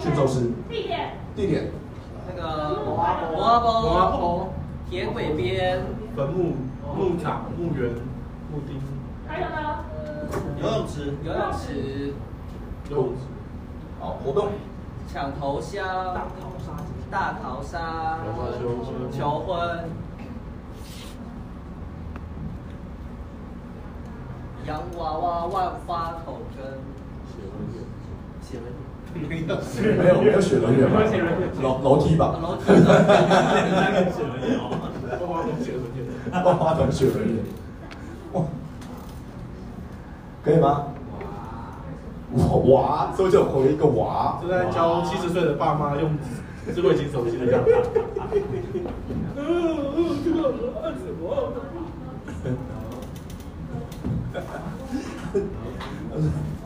Speaker 1: 驯兽师，
Speaker 11: 地点，
Speaker 1: 地点
Speaker 9: 那个摩阿波，摩阿波，
Speaker 2: 摩阿波
Speaker 9: 铁轨边，
Speaker 2: 坟墓、牧场、墓园、墓地、
Speaker 11: 还有呢？
Speaker 21: 游泳池，
Speaker 9: 游泳池，
Speaker 2: 游泳池。
Speaker 1: 好，活动。
Speaker 9: 抢头香，大逃杀，大逃杀，求婚，洋娃娃万花筒跟写
Speaker 1: 没
Speaker 9: 文
Speaker 1: 有，没有，没有雪人园吧？楼楼梯吧？
Speaker 9: 楼梯
Speaker 1: 万花筒雪人园，哇，可以吗？哇哇，所以就回一个娃，
Speaker 8: 就在教七十岁的爸妈用智慧型手机的样子。
Speaker 15: 这个我按什么？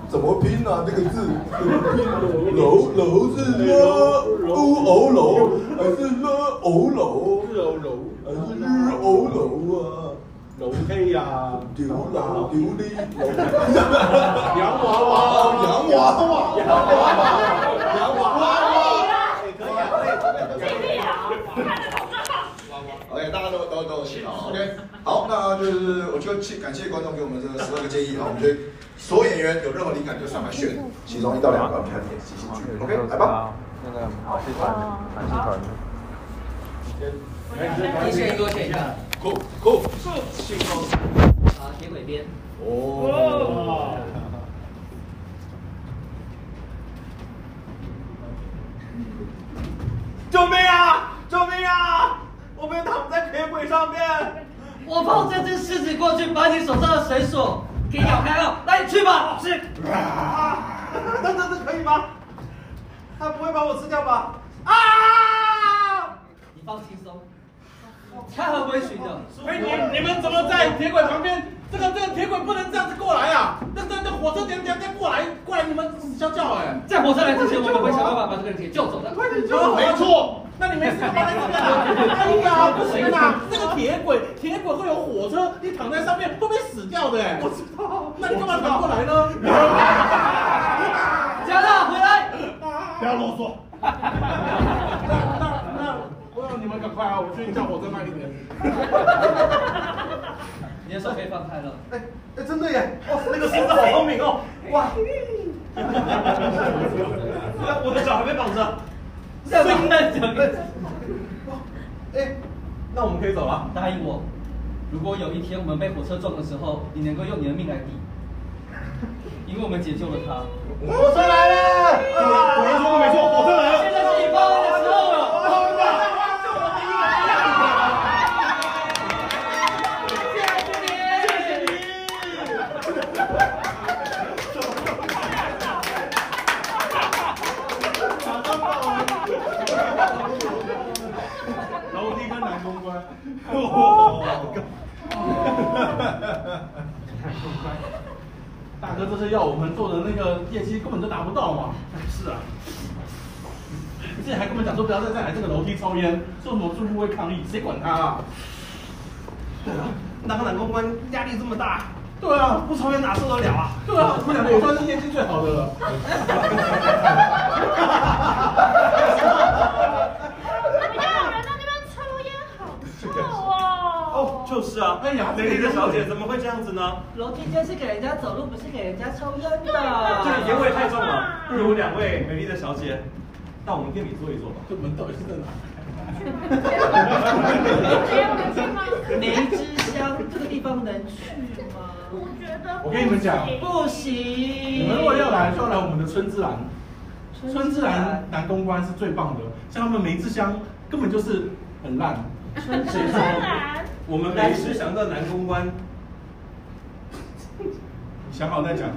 Speaker 1: 怎么拼啊？这个 字，怎么拼啊？楼楼是了欧欧楼，还是了欧楼？
Speaker 8: 日欧楼，
Speaker 1: 还是日欧楼啊？
Speaker 8: 楼梯呀，
Speaker 1: 丢楼丢哩，
Speaker 8: 洋娃娃，
Speaker 1: 洋娃娃，
Speaker 8: 洋娃娃，
Speaker 1: 洋娃，OK，大家都都都听好，OK。好，那就是我就去感谢观众给我们这十二个建议啊，我们就所有演员有任何灵感就上来选，其中一到两个我们看演即兴剧，OK，来吧。
Speaker 27: 那个马戏团，马戏团。
Speaker 9: 一人多选一个，
Speaker 1: 酷酷，
Speaker 9: 驯兽，啊，铁轨边，
Speaker 1: 哦，
Speaker 4: 救命啊！救命啊！我被躺在铁轨上面。
Speaker 9: 我抱这只狮子过去，把你手上的绳索给咬开了，来，去吧，是。
Speaker 4: 等等等，可以吗？他不会把我吃掉吧？啊！
Speaker 9: 你放轻松，他很温驯的。
Speaker 8: 哎，你你们怎么在铁轨旁边？这个这个铁轨不能这样子过来啊！那那那火车等一下再过来过来，你们叫叫哎！
Speaker 9: 在火车来之前，我们会想办法把这个人给救走的。
Speaker 8: 快点救我！没错，那你没事干嘛在这边啊？哎呀，不行啊！这个铁轨铁轨会有火车，你躺在上面会被死掉的哎！我知道，那你干嘛躺过来呢？
Speaker 9: 加大回来，
Speaker 8: 不要啰嗦。那那那，我让你们赶快啊！我去叫火车慢一点。
Speaker 9: 你的手可以放开了。
Speaker 21: 哎哎，真的耶！哇，那
Speaker 4: 那个
Speaker 21: 个
Speaker 4: 狮
Speaker 21: 狮
Speaker 4: 子
Speaker 21: 子
Speaker 4: 好
Speaker 21: 好
Speaker 4: 聪
Speaker 21: 聪
Speaker 4: 明
Speaker 21: 明
Speaker 4: 哦
Speaker 21: 哦！！
Speaker 4: 哇
Speaker 21: 哇，，
Speaker 4: 我的脚还被绑着，
Speaker 9: 这么嫩脚跟。
Speaker 4: 哎，那我们可以走了。
Speaker 9: 答应我，如果有一天我们被火车撞的时候，你能够用你的命来抵，因为我们解救了他。
Speaker 4: 火车来了！果然说的没错，火车来了！
Speaker 9: 现在是你发威的时候了。
Speaker 8: 楼梯跟南公关。大哥，这是要我们做的那个业绩根本就达不到嘛？是啊，之前还跟我们讲说不要再再来这个楼梯抽烟，说什么住户会抗议，谁管他啊？对啊，
Speaker 4: 哪个男公关压力这么大？
Speaker 8: 对啊，
Speaker 4: 不抽烟哪受得了啊？
Speaker 8: 对啊，我们两个也算是业绩最好的了。
Speaker 11: 你看有人在那边抽烟，好臭哦！
Speaker 4: 哦，就是啊。哎呀，美丽的小姐怎么会这样子呢？
Speaker 6: 楼梯间是给人家走路，不是给人家抽烟的。
Speaker 4: 这个烟味太重了，不如两位美丽的小姐到我们店里坐一坐吧。
Speaker 8: 这门到底是在哪？
Speaker 6: 梅之乡这个地方能去吗？
Speaker 11: 我觉得
Speaker 8: 我跟你们讲
Speaker 6: 不行。
Speaker 8: 你们如果要来，就要来我们的春之兰。春之兰南公关是最棒的，像他们梅之乡根本就是很烂。
Speaker 4: 春之兰我们每次想到南公关，
Speaker 8: 想好再讲。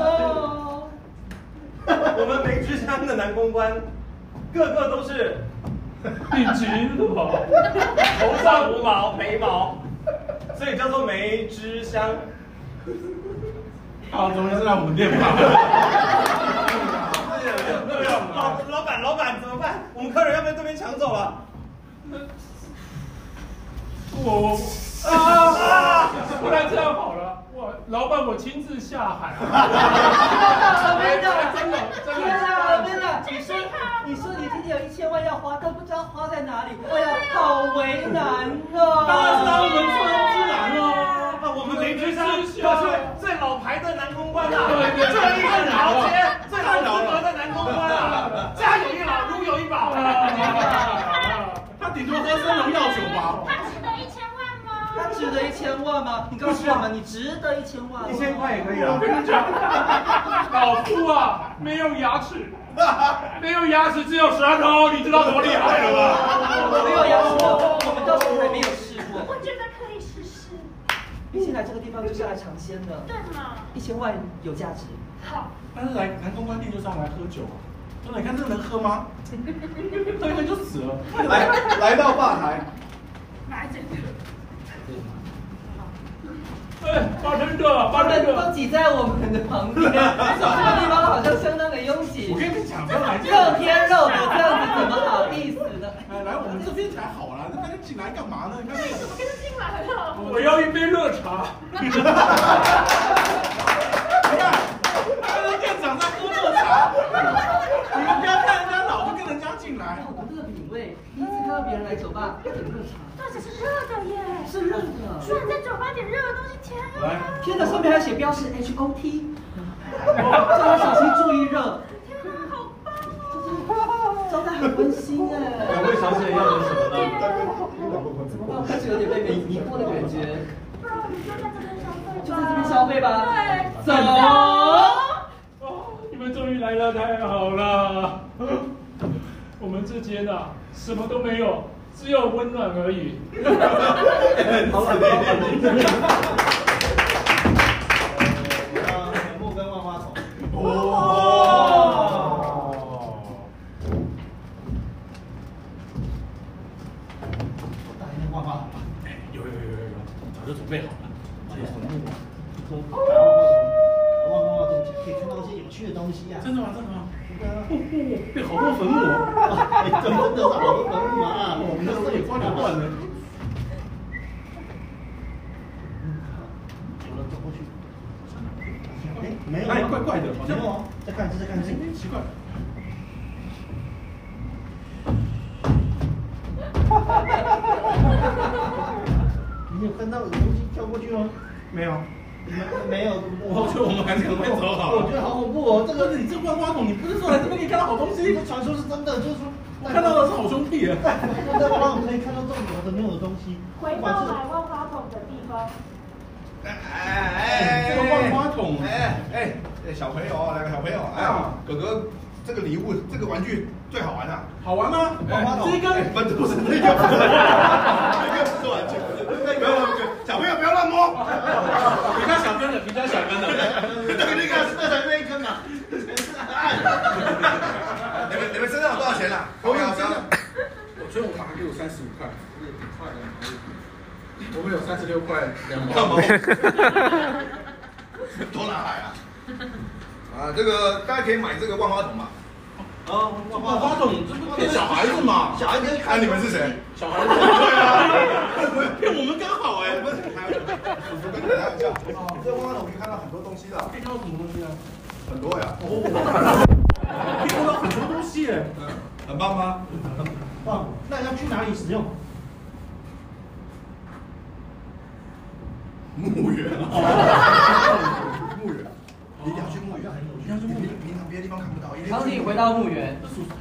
Speaker 6: 哦
Speaker 4: 我们梅之乡的南公关，个个都是
Speaker 15: 一直 跑，
Speaker 4: 头上无毛没毛，所以叫做梅之乡。
Speaker 8: 好，终于是来我们店 吧。
Speaker 4: 哎老老板，老板怎么办？我们客人要被对面抢走了。
Speaker 15: 我
Speaker 4: 啊啊！
Speaker 15: 不然这样好了，我我老板，我亲自下海、啊。
Speaker 6: 真
Speaker 15: 哎
Speaker 6: 的，
Speaker 15: 真
Speaker 6: 真
Speaker 15: 的
Speaker 6: 的，
Speaker 15: 真的
Speaker 6: 天哪，真的！你说，你说你今天有一千万要花，但不知道花在哪里，哎呀，好为难哦。
Speaker 20: 当然是当我们村之南喽，啊，我们邻居山
Speaker 15: 是
Speaker 20: 可
Speaker 15: 啊
Speaker 20: 是最老牌的南公关啊，
Speaker 15: 对对对
Speaker 20: 这一是老街，最老风格的南公关啊，家有一老，如有一宝。
Speaker 8: 他顶多喝生荣耀酒吧。
Speaker 11: 他值得一千万吗？
Speaker 6: 他值得一千万吗？你告诉我们，你值得一千万吗？
Speaker 15: 一千块也
Speaker 20: 哎
Speaker 15: 可以
Speaker 6: 啊
Speaker 15: 我跟你讲，老夫啊，没有牙齿，没有牙齿只有舌头，你知道多厉害了吧？
Speaker 6: 没有牙齿的，我们到现在还没有试过。
Speaker 11: 我觉得可以试试。
Speaker 6: 毕竟来这个地方就是来尝鲜的，
Speaker 11: 对嘛？
Speaker 6: 一千万有价值。
Speaker 11: 好。
Speaker 8: 但是来南宫关帝就是要来喝酒啊，真的，你看这能喝 吗？喝一杯就死了。
Speaker 1: 来来到吧台，
Speaker 11: 哪一整个？
Speaker 15: 哎，发生者，
Speaker 6: 他
Speaker 15: 发
Speaker 6: 们
Speaker 15: 生
Speaker 6: 都
Speaker 15: 者，
Speaker 6: 挤在我们的旁边，这个地方好像相当的拥挤。
Speaker 8: 我跟你讲，这来这
Speaker 6: 肉天肉的这样子，怎么好意思呢？
Speaker 8: 哎，来我们这边才好啦，那大家进来干嘛呢？你看这
Speaker 11: 对，怎么跟他进来了？
Speaker 15: 我要一杯热茶。
Speaker 8: 个店长在喝热茶，你们不要看人家老就跟人家进来。
Speaker 6: 我们这个品味，第一次看到别人来酒吧点热茶，
Speaker 11: 而且是热的耶，
Speaker 6: 是热的
Speaker 11: 居然在酒吧点热的东西，天
Speaker 8: 来
Speaker 11: 啊！
Speaker 6: 天哪，上面还写标识 H O T，叫他小心注意热。
Speaker 11: 天啊，好棒
Speaker 6: 招待很温馨哎。
Speaker 5: 两位
Speaker 11: 啊
Speaker 5: 小姐要点什么呢？
Speaker 11: 哦
Speaker 6: 怎么办？我开始有点被迷迷惑的感觉。
Speaker 11: 不然我们就在这边消费吧。
Speaker 6: 就在这边消费吧
Speaker 11: 对，
Speaker 6: 走
Speaker 15: 哦你们终于来了，太好了！ 我们之间啊，什么都没有，只有温暖而已。
Speaker 1: 好了，
Speaker 5: 木根万花筒。
Speaker 1: 打一电话吧。
Speaker 8: 有有有有有，早就准备好了。
Speaker 21: 这很木啊，说打万花筒，打万花筒可以看到一些有趣的东西啊。
Speaker 8: 真的吗？真的吗？
Speaker 21: 对啊，
Speaker 8: 被好多坟墓哦。
Speaker 21: 哎真的是好多坟墓啊！
Speaker 8: 我们那时候也抓点乱的。
Speaker 21: 走了，走过去。哎，没有啊，
Speaker 8: 哎怪怪的好像
Speaker 21: 没有啊，再看一次，再看一次，奇怪。你有看到有东西跳过去吗？没有，没有。
Speaker 8: 我觉得我们还是赶快走好了
Speaker 21: 我觉得好恐怖哦，这个你这万花筒，你不是说来这边可以看到好东西？传说是真的，就是说
Speaker 8: 我看到的是好兄弟耶
Speaker 21: 在万花筒可以看到这种有的没有的东西，
Speaker 11: 回
Speaker 21: 不管
Speaker 11: 到
Speaker 21: 是
Speaker 11: 买万花筒的地方。
Speaker 25: 这
Speaker 1: 哎，
Speaker 25: 个万花
Speaker 1: 筒，哎哎，哎小朋友啊，来个小朋友，哎，哥哥，这个礼物，这个玩具最好玩了，
Speaker 8: 好玩吗？
Speaker 1: 万花筒，
Speaker 8: 这个
Speaker 1: 不是不是那个，不是，那个不是玩具，不是那个，小朋友不要乱摸，
Speaker 8: 比较小根的，比较小根的。
Speaker 1: 那个那个是那那一根嘛，你们你们身上有多少钱啊？我有身上，
Speaker 8: 我觉得我妈给我三十五块，我们有三十六块两毛。
Speaker 1: 多大海啊？啊，这个大家可以买这个万花筒嘛。
Speaker 8: 啊，万花筒这不骗小孩子嘛？
Speaker 1: 小孩子看、你们是谁？
Speaker 8: 小孩子对啊，骗我们刚好哎。
Speaker 1: 不是，我跟你开玩笑。这万花筒可以看到很多东西 的，
Speaker 8: 看到什么东西啊？
Speaker 1: 很多呀。
Speaker 8: 可以看到很多东西哎。
Speaker 1: 很棒啊吗？
Speaker 21: 哇，那要去哪里使用？
Speaker 1: 墓园啊，墓园，你一定要去墓园，一定要去墓园，平常别的地方看不到。一定要去
Speaker 9: 康
Speaker 1: 墓
Speaker 9: 帝
Speaker 1: 园
Speaker 9: 回到墓园，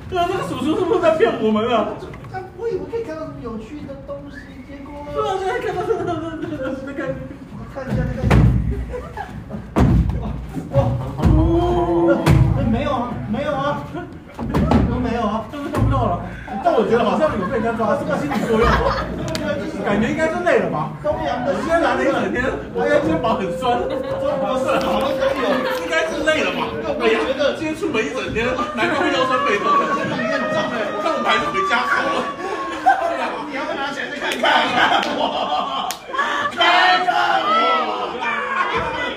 Speaker 8: 对啊，那个叔叔是不是在骗我们啊？
Speaker 21: 但我以为可以看到什么有趣的东西，结果
Speaker 8: 对啊，现在看到那个。
Speaker 21: 看一下那个，哇哇，没有啊，没有啊，都没有啊，
Speaker 8: 就是看不到了。但我觉得好像有被人家抓，是个心理作用。啊感觉应该是累了吧？
Speaker 21: 东阳
Speaker 8: 我
Speaker 21: 的
Speaker 8: 今天来了一整天，我现在肩膀很酸。啊
Speaker 21: 我是好多都有，
Speaker 8: 应该是累了吧？哎呀，今天出门一整天，难怪会腰酸背痛。看我们还是回家好了。
Speaker 21: 你要不拿起来再看一看？
Speaker 8: 开个我！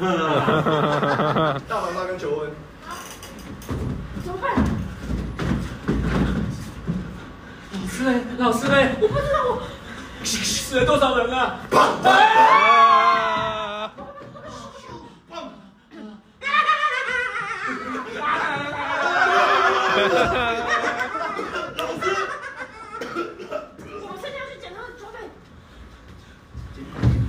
Speaker 1: 大逃杀跟求婚，
Speaker 11: 怎么办？
Speaker 15: 师嘞，老师嘞，我不知道我死了多少人啊！
Speaker 3: 我们现在要去检查装备，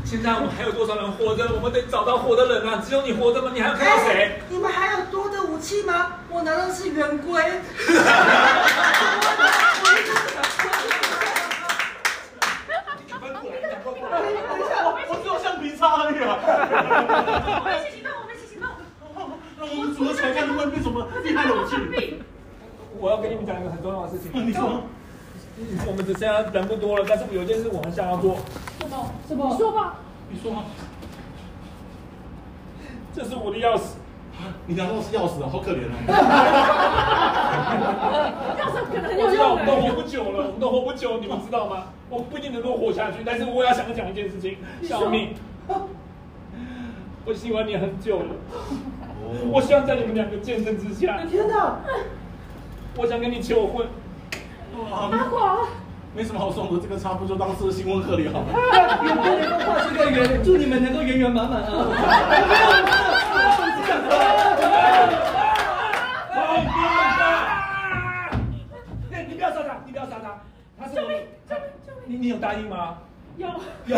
Speaker 15: 现在我们还有多少人活着？我们得找到活的人啊！只有你活着吗？你还要看到谁？
Speaker 6: 哎你们还有多的武器吗？我拿到的是圆规。
Speaker 11: 等一
Speaker 15: 哎
Speaker 11: 下，我只有橡皮擦而已啊！
Speaker 3: 我们一起行动，我们一起行动。
Speaker 8: 我们组合起来看能不能变什么厉害的武器。
Speaker 15: 我要跟你们讲一个很重要的事情。
Speaker 8: 哦你说，
Speaker 15: 我们只剩下人不多了，但是有一件事我很想要做。
Speaker 3: 什么？
Speaker 6: 什么？
Speaker 3: 你说吧。
Speaker 15: 你说吗？这是我的钥匙。
Speaker 8: 你拿到是钥匙啊，好可怜啊！
Speaker 3: 钥匙可能很
Speaker 15: 我
Speaker 3: 有
Speaker 15: 知道我
Speaker 3: 用
Speaker 15: 们都活不久了，我们都活不久，你们知道吗？我不一定能够活下去，但是我要想讲一件事情，
Speaker 11: 你说
Speaker 15: 小米，我喜欢你很久了，我希望在你们两个见证之下，
Speaker 6: 天哪，
Speaker 15: 我想跟你求婚。
Speaker 3: 八卦，
Speaker 8: 没什么好送的，这个差不多就当是新婚贺礼好了。
Speaker 6: 圆规能够画出个圆，祝你们能够圆圆满满啊！
Speaker 8: 哎
Speaker 15: 好棒啊！哎，你不要杀他，你不要杀他，他是我的。你你有答应吗？
Speaker 3: 有。
Speaker 15: 有。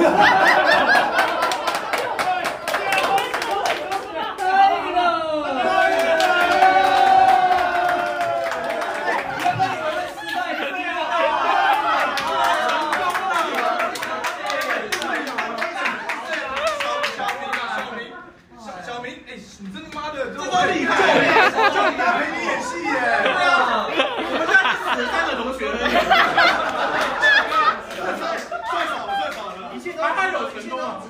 Speaker 28: 小明，哎，你真他妈的，真的厉害，叫你大陪你演戏耶！对啊，我们家死三个同学
Speaker 11: 算少了，算少了，一切都还有成功啊！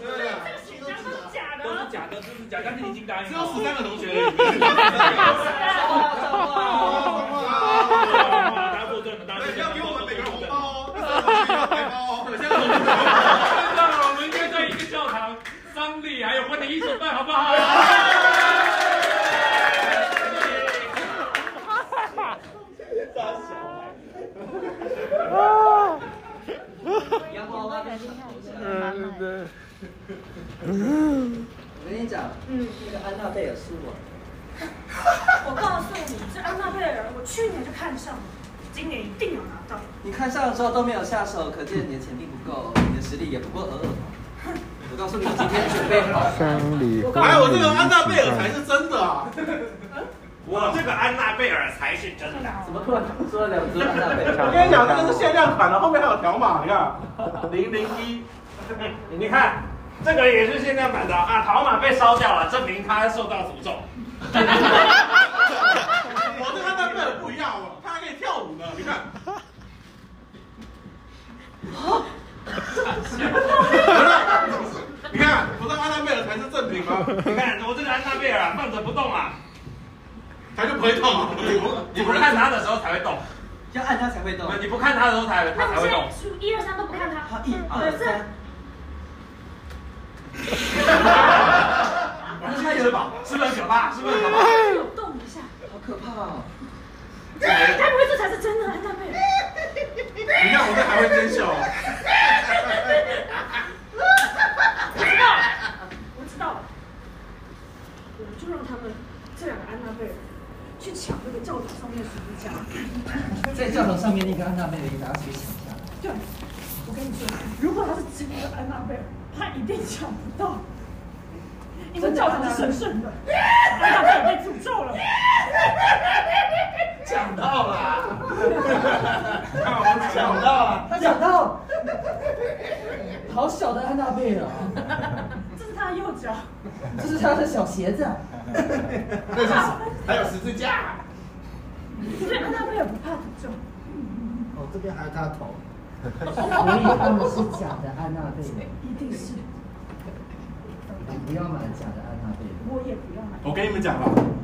Speaker 3: 假
Speaker 15: 都是假的，都是假，但是你已经答应了。只
Speaker 8: 有十三个同学
Speaker 15: 而已。要给我们每个人红包哦！现在我们应该在一个教堂丧礼还有婚礼一起办，好不好？
Speaker 9: 阳光啊，
Speaker 6: 嗯
Speaker 9: 对。我跟你讲，嗯，那个安娜贝尔是我。
Speaker 3: 我告诉你，这安娜贝尔，我去年就看上了，今年一定有拿到。
Speaker 9: 你看上了之后都没有下手，可见你的潜力不够，你的实力也不过尔尔。我告诉你，今天准备好。
Speaker 1: 丧礼
Speaker 9: 我
Speaker 1: 婚
Speaker 9: 告
Speaker 1: 礼
Speaker 9: 诉你
Speaker 8: 哎，我这个安娜贝尔才是真的啊！
Speaker 11: 我这个安娜贝尔才是真的。
Speaker 9: 怎么突然说了两只安娜贝尔？
Speaker 8: 我跟你讲，这个是限量款的，后面还有条码，你看，零零一。
Speaker 11: 你看，这个也是限量版的啊，陶马被烧掉了，证明他受到诅咒。
Speaker 8: 我这个安娜贝尔不一样哦，他还可以跳舞呢，你看。啊你看，我这个安娜贝尔才是正品吗？
Speaker 11: 你看，我这个安娜贝尔啊，放着不动啊，
Speaker 8: 他就不会动啊。你不
Speaker 11: 你不看它的时候才会动，
Speaker 9: 要按它才会动。
Speaker 11: 你不看它的时候才它
Speaker 3: 那
Speaker 11: 才
Speaker 3: 我
Speaker 11: 会
Speaker 3: 们现
Speaker 11: 动
Speaker 3: 在。数一二三都不看他。好，一
Speaker 9: 二三。
Speaker 11: 是不是吧？是不是很可怕？是不是很可怕？
Speaker 3: 有动一下。
Speaker 9: 好可怕哦！
Speaker 3: 该不会这才是真的安娜贝尔？
Speaker 8: 你看我这还会真笑啊。
Speaker 3: 我知道了，我知道了。我们就让他们这两个安娜贝尔去抢那个教堂上面的十字架。
Speaker 9: 在教堂上面那个安娜贝尔给大家去想一下。
Speaker 3: 对，我跟你说，如果他是真的安娜贝尔，他一定抢不到。因为教堂是神圣的，安娜贝尔哎被诅咒了。
Speaker 11: 抢到了，
Speaker 8: 我
Speaker 11: 抢到了，
Speaker 6: 他想到，好小的安娜贝尔啊，
Speaker 3: 这是他的右脚，
Speaker 6: 这是他的小鞋子。啊
Speaker 8: 还有十字架。
Speaker 3: 所以安娜贝尔不怕诅咒。
Speaker 29: 哦，这边还有他的头。
Speaker 6: 所以他们是假的安娜贝尔，
Speaker 3: 一定是，
Speaker 6: 你不要买假的安娜贝尔。
Speaker 3: 我也不要买。
Speaker 8: 我跟你们讲吧，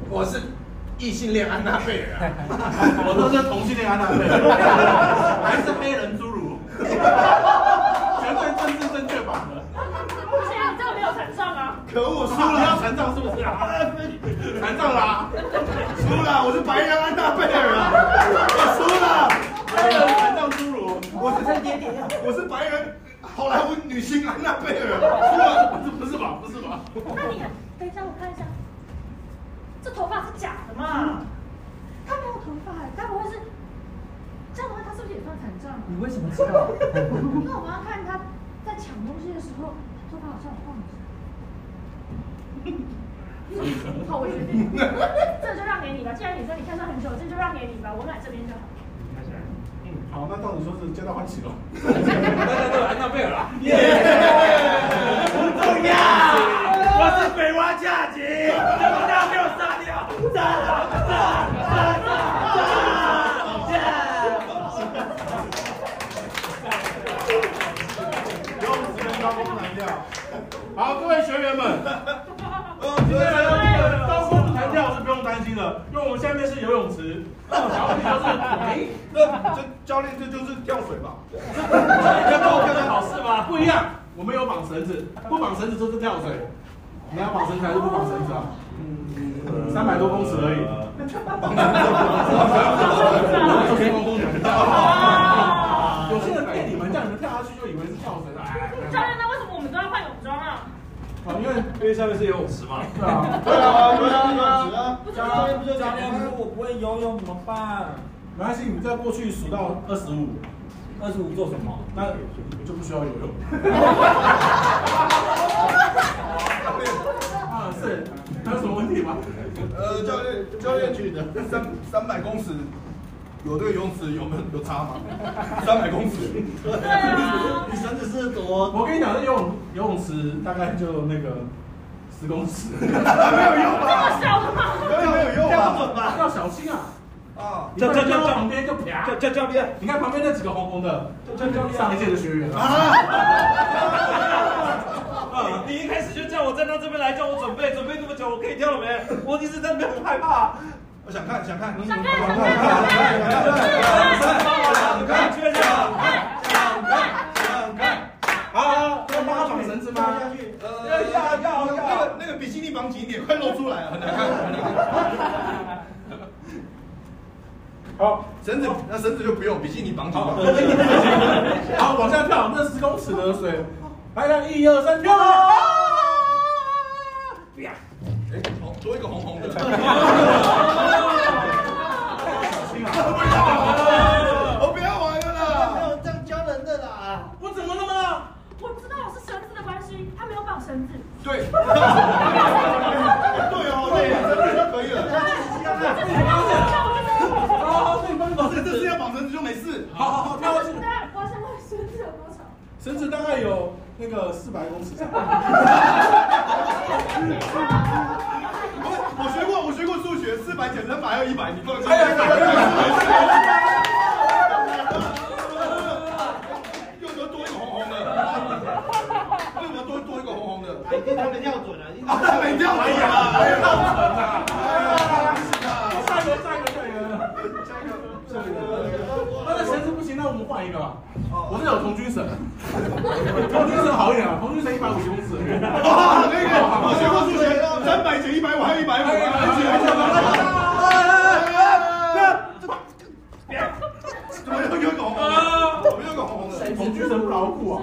Speaker 8: 我是异性恋安娜贝尔啊，我都是同性恋安娜贝尔，还是黑人侏儒，绝对政治正确版的。
Speaker 3: 现在你这个没有缠上啊？
Speaker 8: 可恶，输了要残障是不是啊？残障啦，输了，我是白人安娜贝尔啊，我输了，黑人残障侏儒。
Speaker 21: 叠叠呀！
Speaker 1: 我是白人好莱坞女星安娜贝尔，
Speaker 8: 不是不是吧？不是吧？
Speaker 11: 那你等一下，我看一下，这头发是假的
Speaker 3: 嗯
Speaker 11: 嘛？他没有头发，该不会是？这样的话，他是不是也算残障啊？
Speaker 6: 你为什么知道？
Speaker 11: 因为我刚刚看他在抢东西的时候，头发好像有晃一下。好，我决定，这就让给你吧。既然你说你看上很久，这就让给你吧。我买这边就好。
Speaker 8: 嗯，好，那到你说是皆大欢喜了。
Speaker 15: 那就安娜贝尔啊！
Speaker 30: 重要，我是北蛙嫁姐，你们要给我杀掉，杀杀杀杀杀！
Speaker 8: 好，各位学员们，今天来到这个高空弹跳是不用担心的，因为我们下面是游泳池。那我想问你就是，那这教练这就是跳水吧？要跟我跳的考试吗？不一样，我们有绑绳子，不绑绳子就是跳水。你要绑绳子还是不绑绳子啊？呃三百多公尺而已。就天空公园。有些人骗你们，叫你们跳下去就以为是跳水的，哎。
Speaker 3: 教练，那为什么我们都要换泳装啊？
Speaker 8: 好，因为因为下面是游泳池嘛。对
Speaker 15: 啊
Speaker 8: 对啊，对啊，对
Speaker 15: 教
Speaker 8: 啊
Speaker 15: 练不就教练说我不会游泳怎么办？
Speaker 8: 没关系，你再过去数到二十五，
Speaker 15: 二十五做什么？
Speaker 8: 那你就不需要游泳。 啊，是，还有什么问题吗？
Speaker 1: 呃，教练教练去的三三百公尺，有对游泳池有没有有差吗？三百公尺，
Speaker 8: 你绳子是多？我跟你讲，那游泳游泳池大概就那个十公尺， 没有用吧？没有用吧？
Speaker 30: 跳不准吧哦
Speaker 8: 要小心啊！啊
Speaker 30: 这这这这
Speaker 8: 旁边就啪，这这教练，你看旁边那几个红红的，这教练上一届的学员啊
Speaker 15: 啊！你一开始就叫我站到这边来，叫我准备，准备这么久，我可以跳了没？我一直在那边很害怕。
Speaker 1: 我想看，想看，
Speaker 15: 想看，想看，想
Speaker 8: 啊
Speaker 15: 看，想看，想看，想看，想看，想看。
Speaker 8: 啊，要帮他绑绳子吗？
Speaker 1: 呃，要要要，那个那个比基尼绑紧一点，快露出来了，很难看，很难看。
Speaker 8: 好，
Speaker 1: 绳子，那绳子就不用，比基尼绑紧吧。
Speaker 8: 好，往下跳，那十公尺的水，来来，一二三，跳！
Speaker 1: 哎，红多一个红红的。
Speaker 30: 我
Speaker 1: 不要玩了啦！
Speaker 21: 没有这样教人的啦！
Speaker 8: 我怎么了吗？
Speaker 11: 我知道是绳子的关系，他没有绑绳子。
Speaker 1: 对。
Speaker 30: 对
Speaker 1: 哦，对，就可以了。
Speaker 8: 好，对，帮你
Speaker 1: 绑绳子，是要绑绳子就没事。
Speaker 8: 好好好，跳过去。
Speaker 11: 我想问绳子有多长？
Speaker 8: 绳子大概有那个四百公尺长。
Speaker 1: 我学过，我学过数学，四百减三百要一百，你放心。为什么多一个红红的？为什么多多一个红红的？
Speaker 21: 你跟他们跳准了，你
Speaker 1: 啊，他没掉哎呀，哎呀，
Speaker 8: 下一个，下一个，下一个，下一个，下一个。那那绳子不行，那我们换一个吧。我这有童军绳，童军绳好一点啊，童军绳一百五十公尺。
Speaker 1: 哇，那个我学过数学，三百减一百五还有一百五，怎么又有狗？怎么又狗红的？
Speaker 8: 童军绳不牢固啊。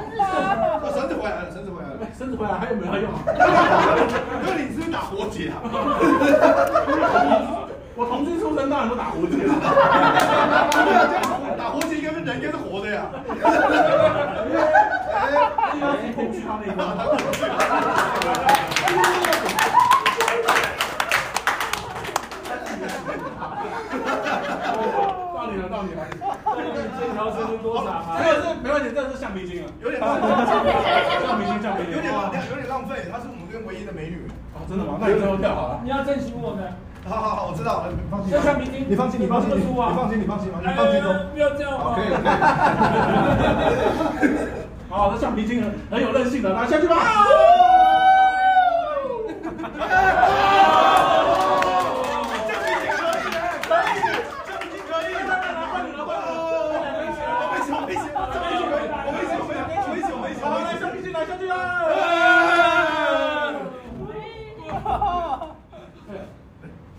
Speaker 1: 绳子回来了，绳子回来了，
Speaker 8: 绳子回来还有没有要用啊？
Speaker 1: 那你是打火姐啊？
Speaker 8: 我童军出生当然都打火机了。
Speaker 1: 打火机应该是人，应该是活的呀。
Speaker 8: 童军他那个。到你了，到你了。这条绳子多长啊？没有，这没问题，这是橡皮筋啊，
Speaker 1: 有点浪费，
Speaker 8: 橡皮筋，橡皮筋，
Speaker 1: 有点浪，有点浪费。她是我们这边唯一的美女。
Speaker 8: 哦，真的吗？那你最后跳好了。
Speaker 15: 你要珍惜我们。
Speaker 1: 好好好，我知道了，你放心。
Speaker 15: 这橡皮筋
Speaker 1: 你放心，你放心，
Speaker 15: 这
Speaker 1: 你
Speaker 15: 么粗啊
Speaker 1: 放心，你放心，你
Speaker 15: 哎
Speaker 1: 放心中。
Speaker 15: 不要这样
Speaker 1: 好，
Speaker 15: 嘛
Speaker 1: 可以了，可以了。
Speaker 8: 好，这橡皮筋很很有韧性的，拿下去吧。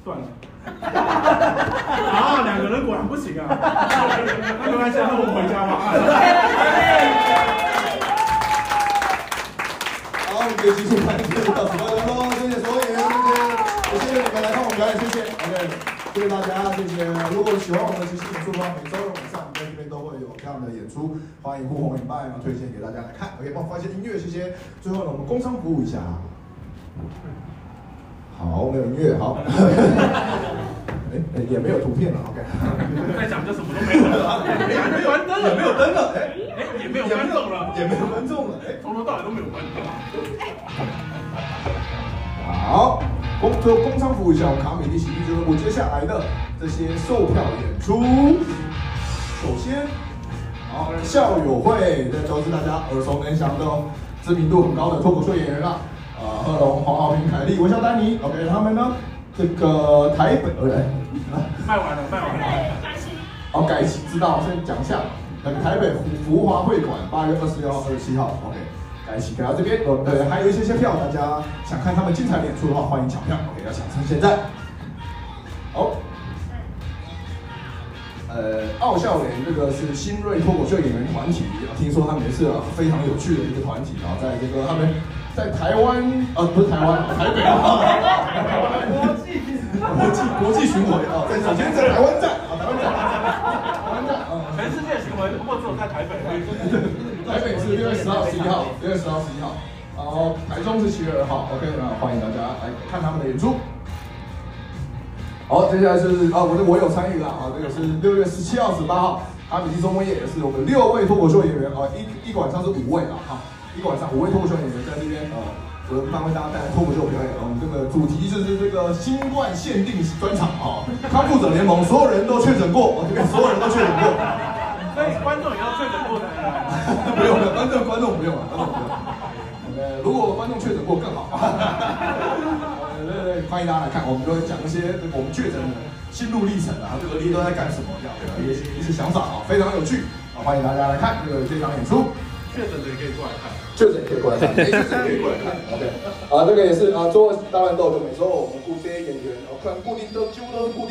Speaker 8: 断了。啊，两个人果然不行啊。那没关系，那我们回家吧。
Speaker 1: 欢迎呼朋引伴啊，推荐给大家来看。OK，帮我放一些音乐，谢谢。最后呢，我们工商服务一下啊。好，没有音乐，好。哎、哎也没有图片了，OK。
Speaker 8: 再讲就什么都没有了，没有灯了，
Speaker 1: 也没有灯了，
Speaker 8: 哎哎，也没有观众了，
Speaker 1: 也没有观众了，哎，
Speaker 8: 从头到尾都没有观众。
Speaker 1: 好，工作工商服务一下，我们卡米利喜剧俱乐部接下来的这些售票演出，首先，好校友会，这都是大家耳熟能详的哦，知名度很高的脱口秀演员啦，啊、呃，贺龙、黄浩平、凯丽、文潇、丹尼，OK，他们呢，这个台北，呃，
Speaker 8: 卖完了，卖完了。
Speaker 1: 好，改期知道，先讲一下，那个台北福华会馆，八月二十六号、二十七号，OK，改期改到这边，呃呃，还有一些些票，大家想看他们精彩演出的话，欢迎抢票，OK，要抢趁现在。好，呃，奥笑脸这个是新锐脱口秀演员团体，啊听说他们也是啊非常有趣的一个团体啊，在这个他们在台湾，呃，不是台湾，台北啊，国际国际国际巡回啊，在首先在台湾站啊，台湾站。啊
Speaker 8: 全世界巡回，不过只有在台北。
Speaker 1: 台北是六月十号、十一号，六月十号、十一号，然后台中是七月二号，OK，那欢迎大家来看他们的演出。好，接下来就是啊，我这我有参与了啊，这个是六月十七号、十八号，阿比基周末夜也是我们六位脱口秀演员啊，一一个晚上是五位啊，哈，一个晚上五位脱口秀演员在这边呃，我们班为大家带来脱口秀表哦演啊，我们这个主题就是这个新冠限定专场啊，康复者联盟，所有人都确诊过，我哦这边所有人都确诊过。
Speaker 8: 所以观众也要确诊过才能来。
Speaker 1: 不用了，观众观众不用了，啊观众不用了。呃，如果观众确诊过更好。 呃对对对，欢迎大家来看，我们都会讲一些这个我们确诊的心路历程啊，这个一都在干什么这样，对吧？一些一些想法啊，非常有趣啊，欢迎大家来看这个这场演出。
Speaker 8: 确诊的也可以过来看。
Speaker 1: 嗯确诊也可以过 来看，确诊也可以过来看。OK，啊，这个也是啊，做大乱斗就每周我们固这些演员，哦，可能固定都几乎都是固定。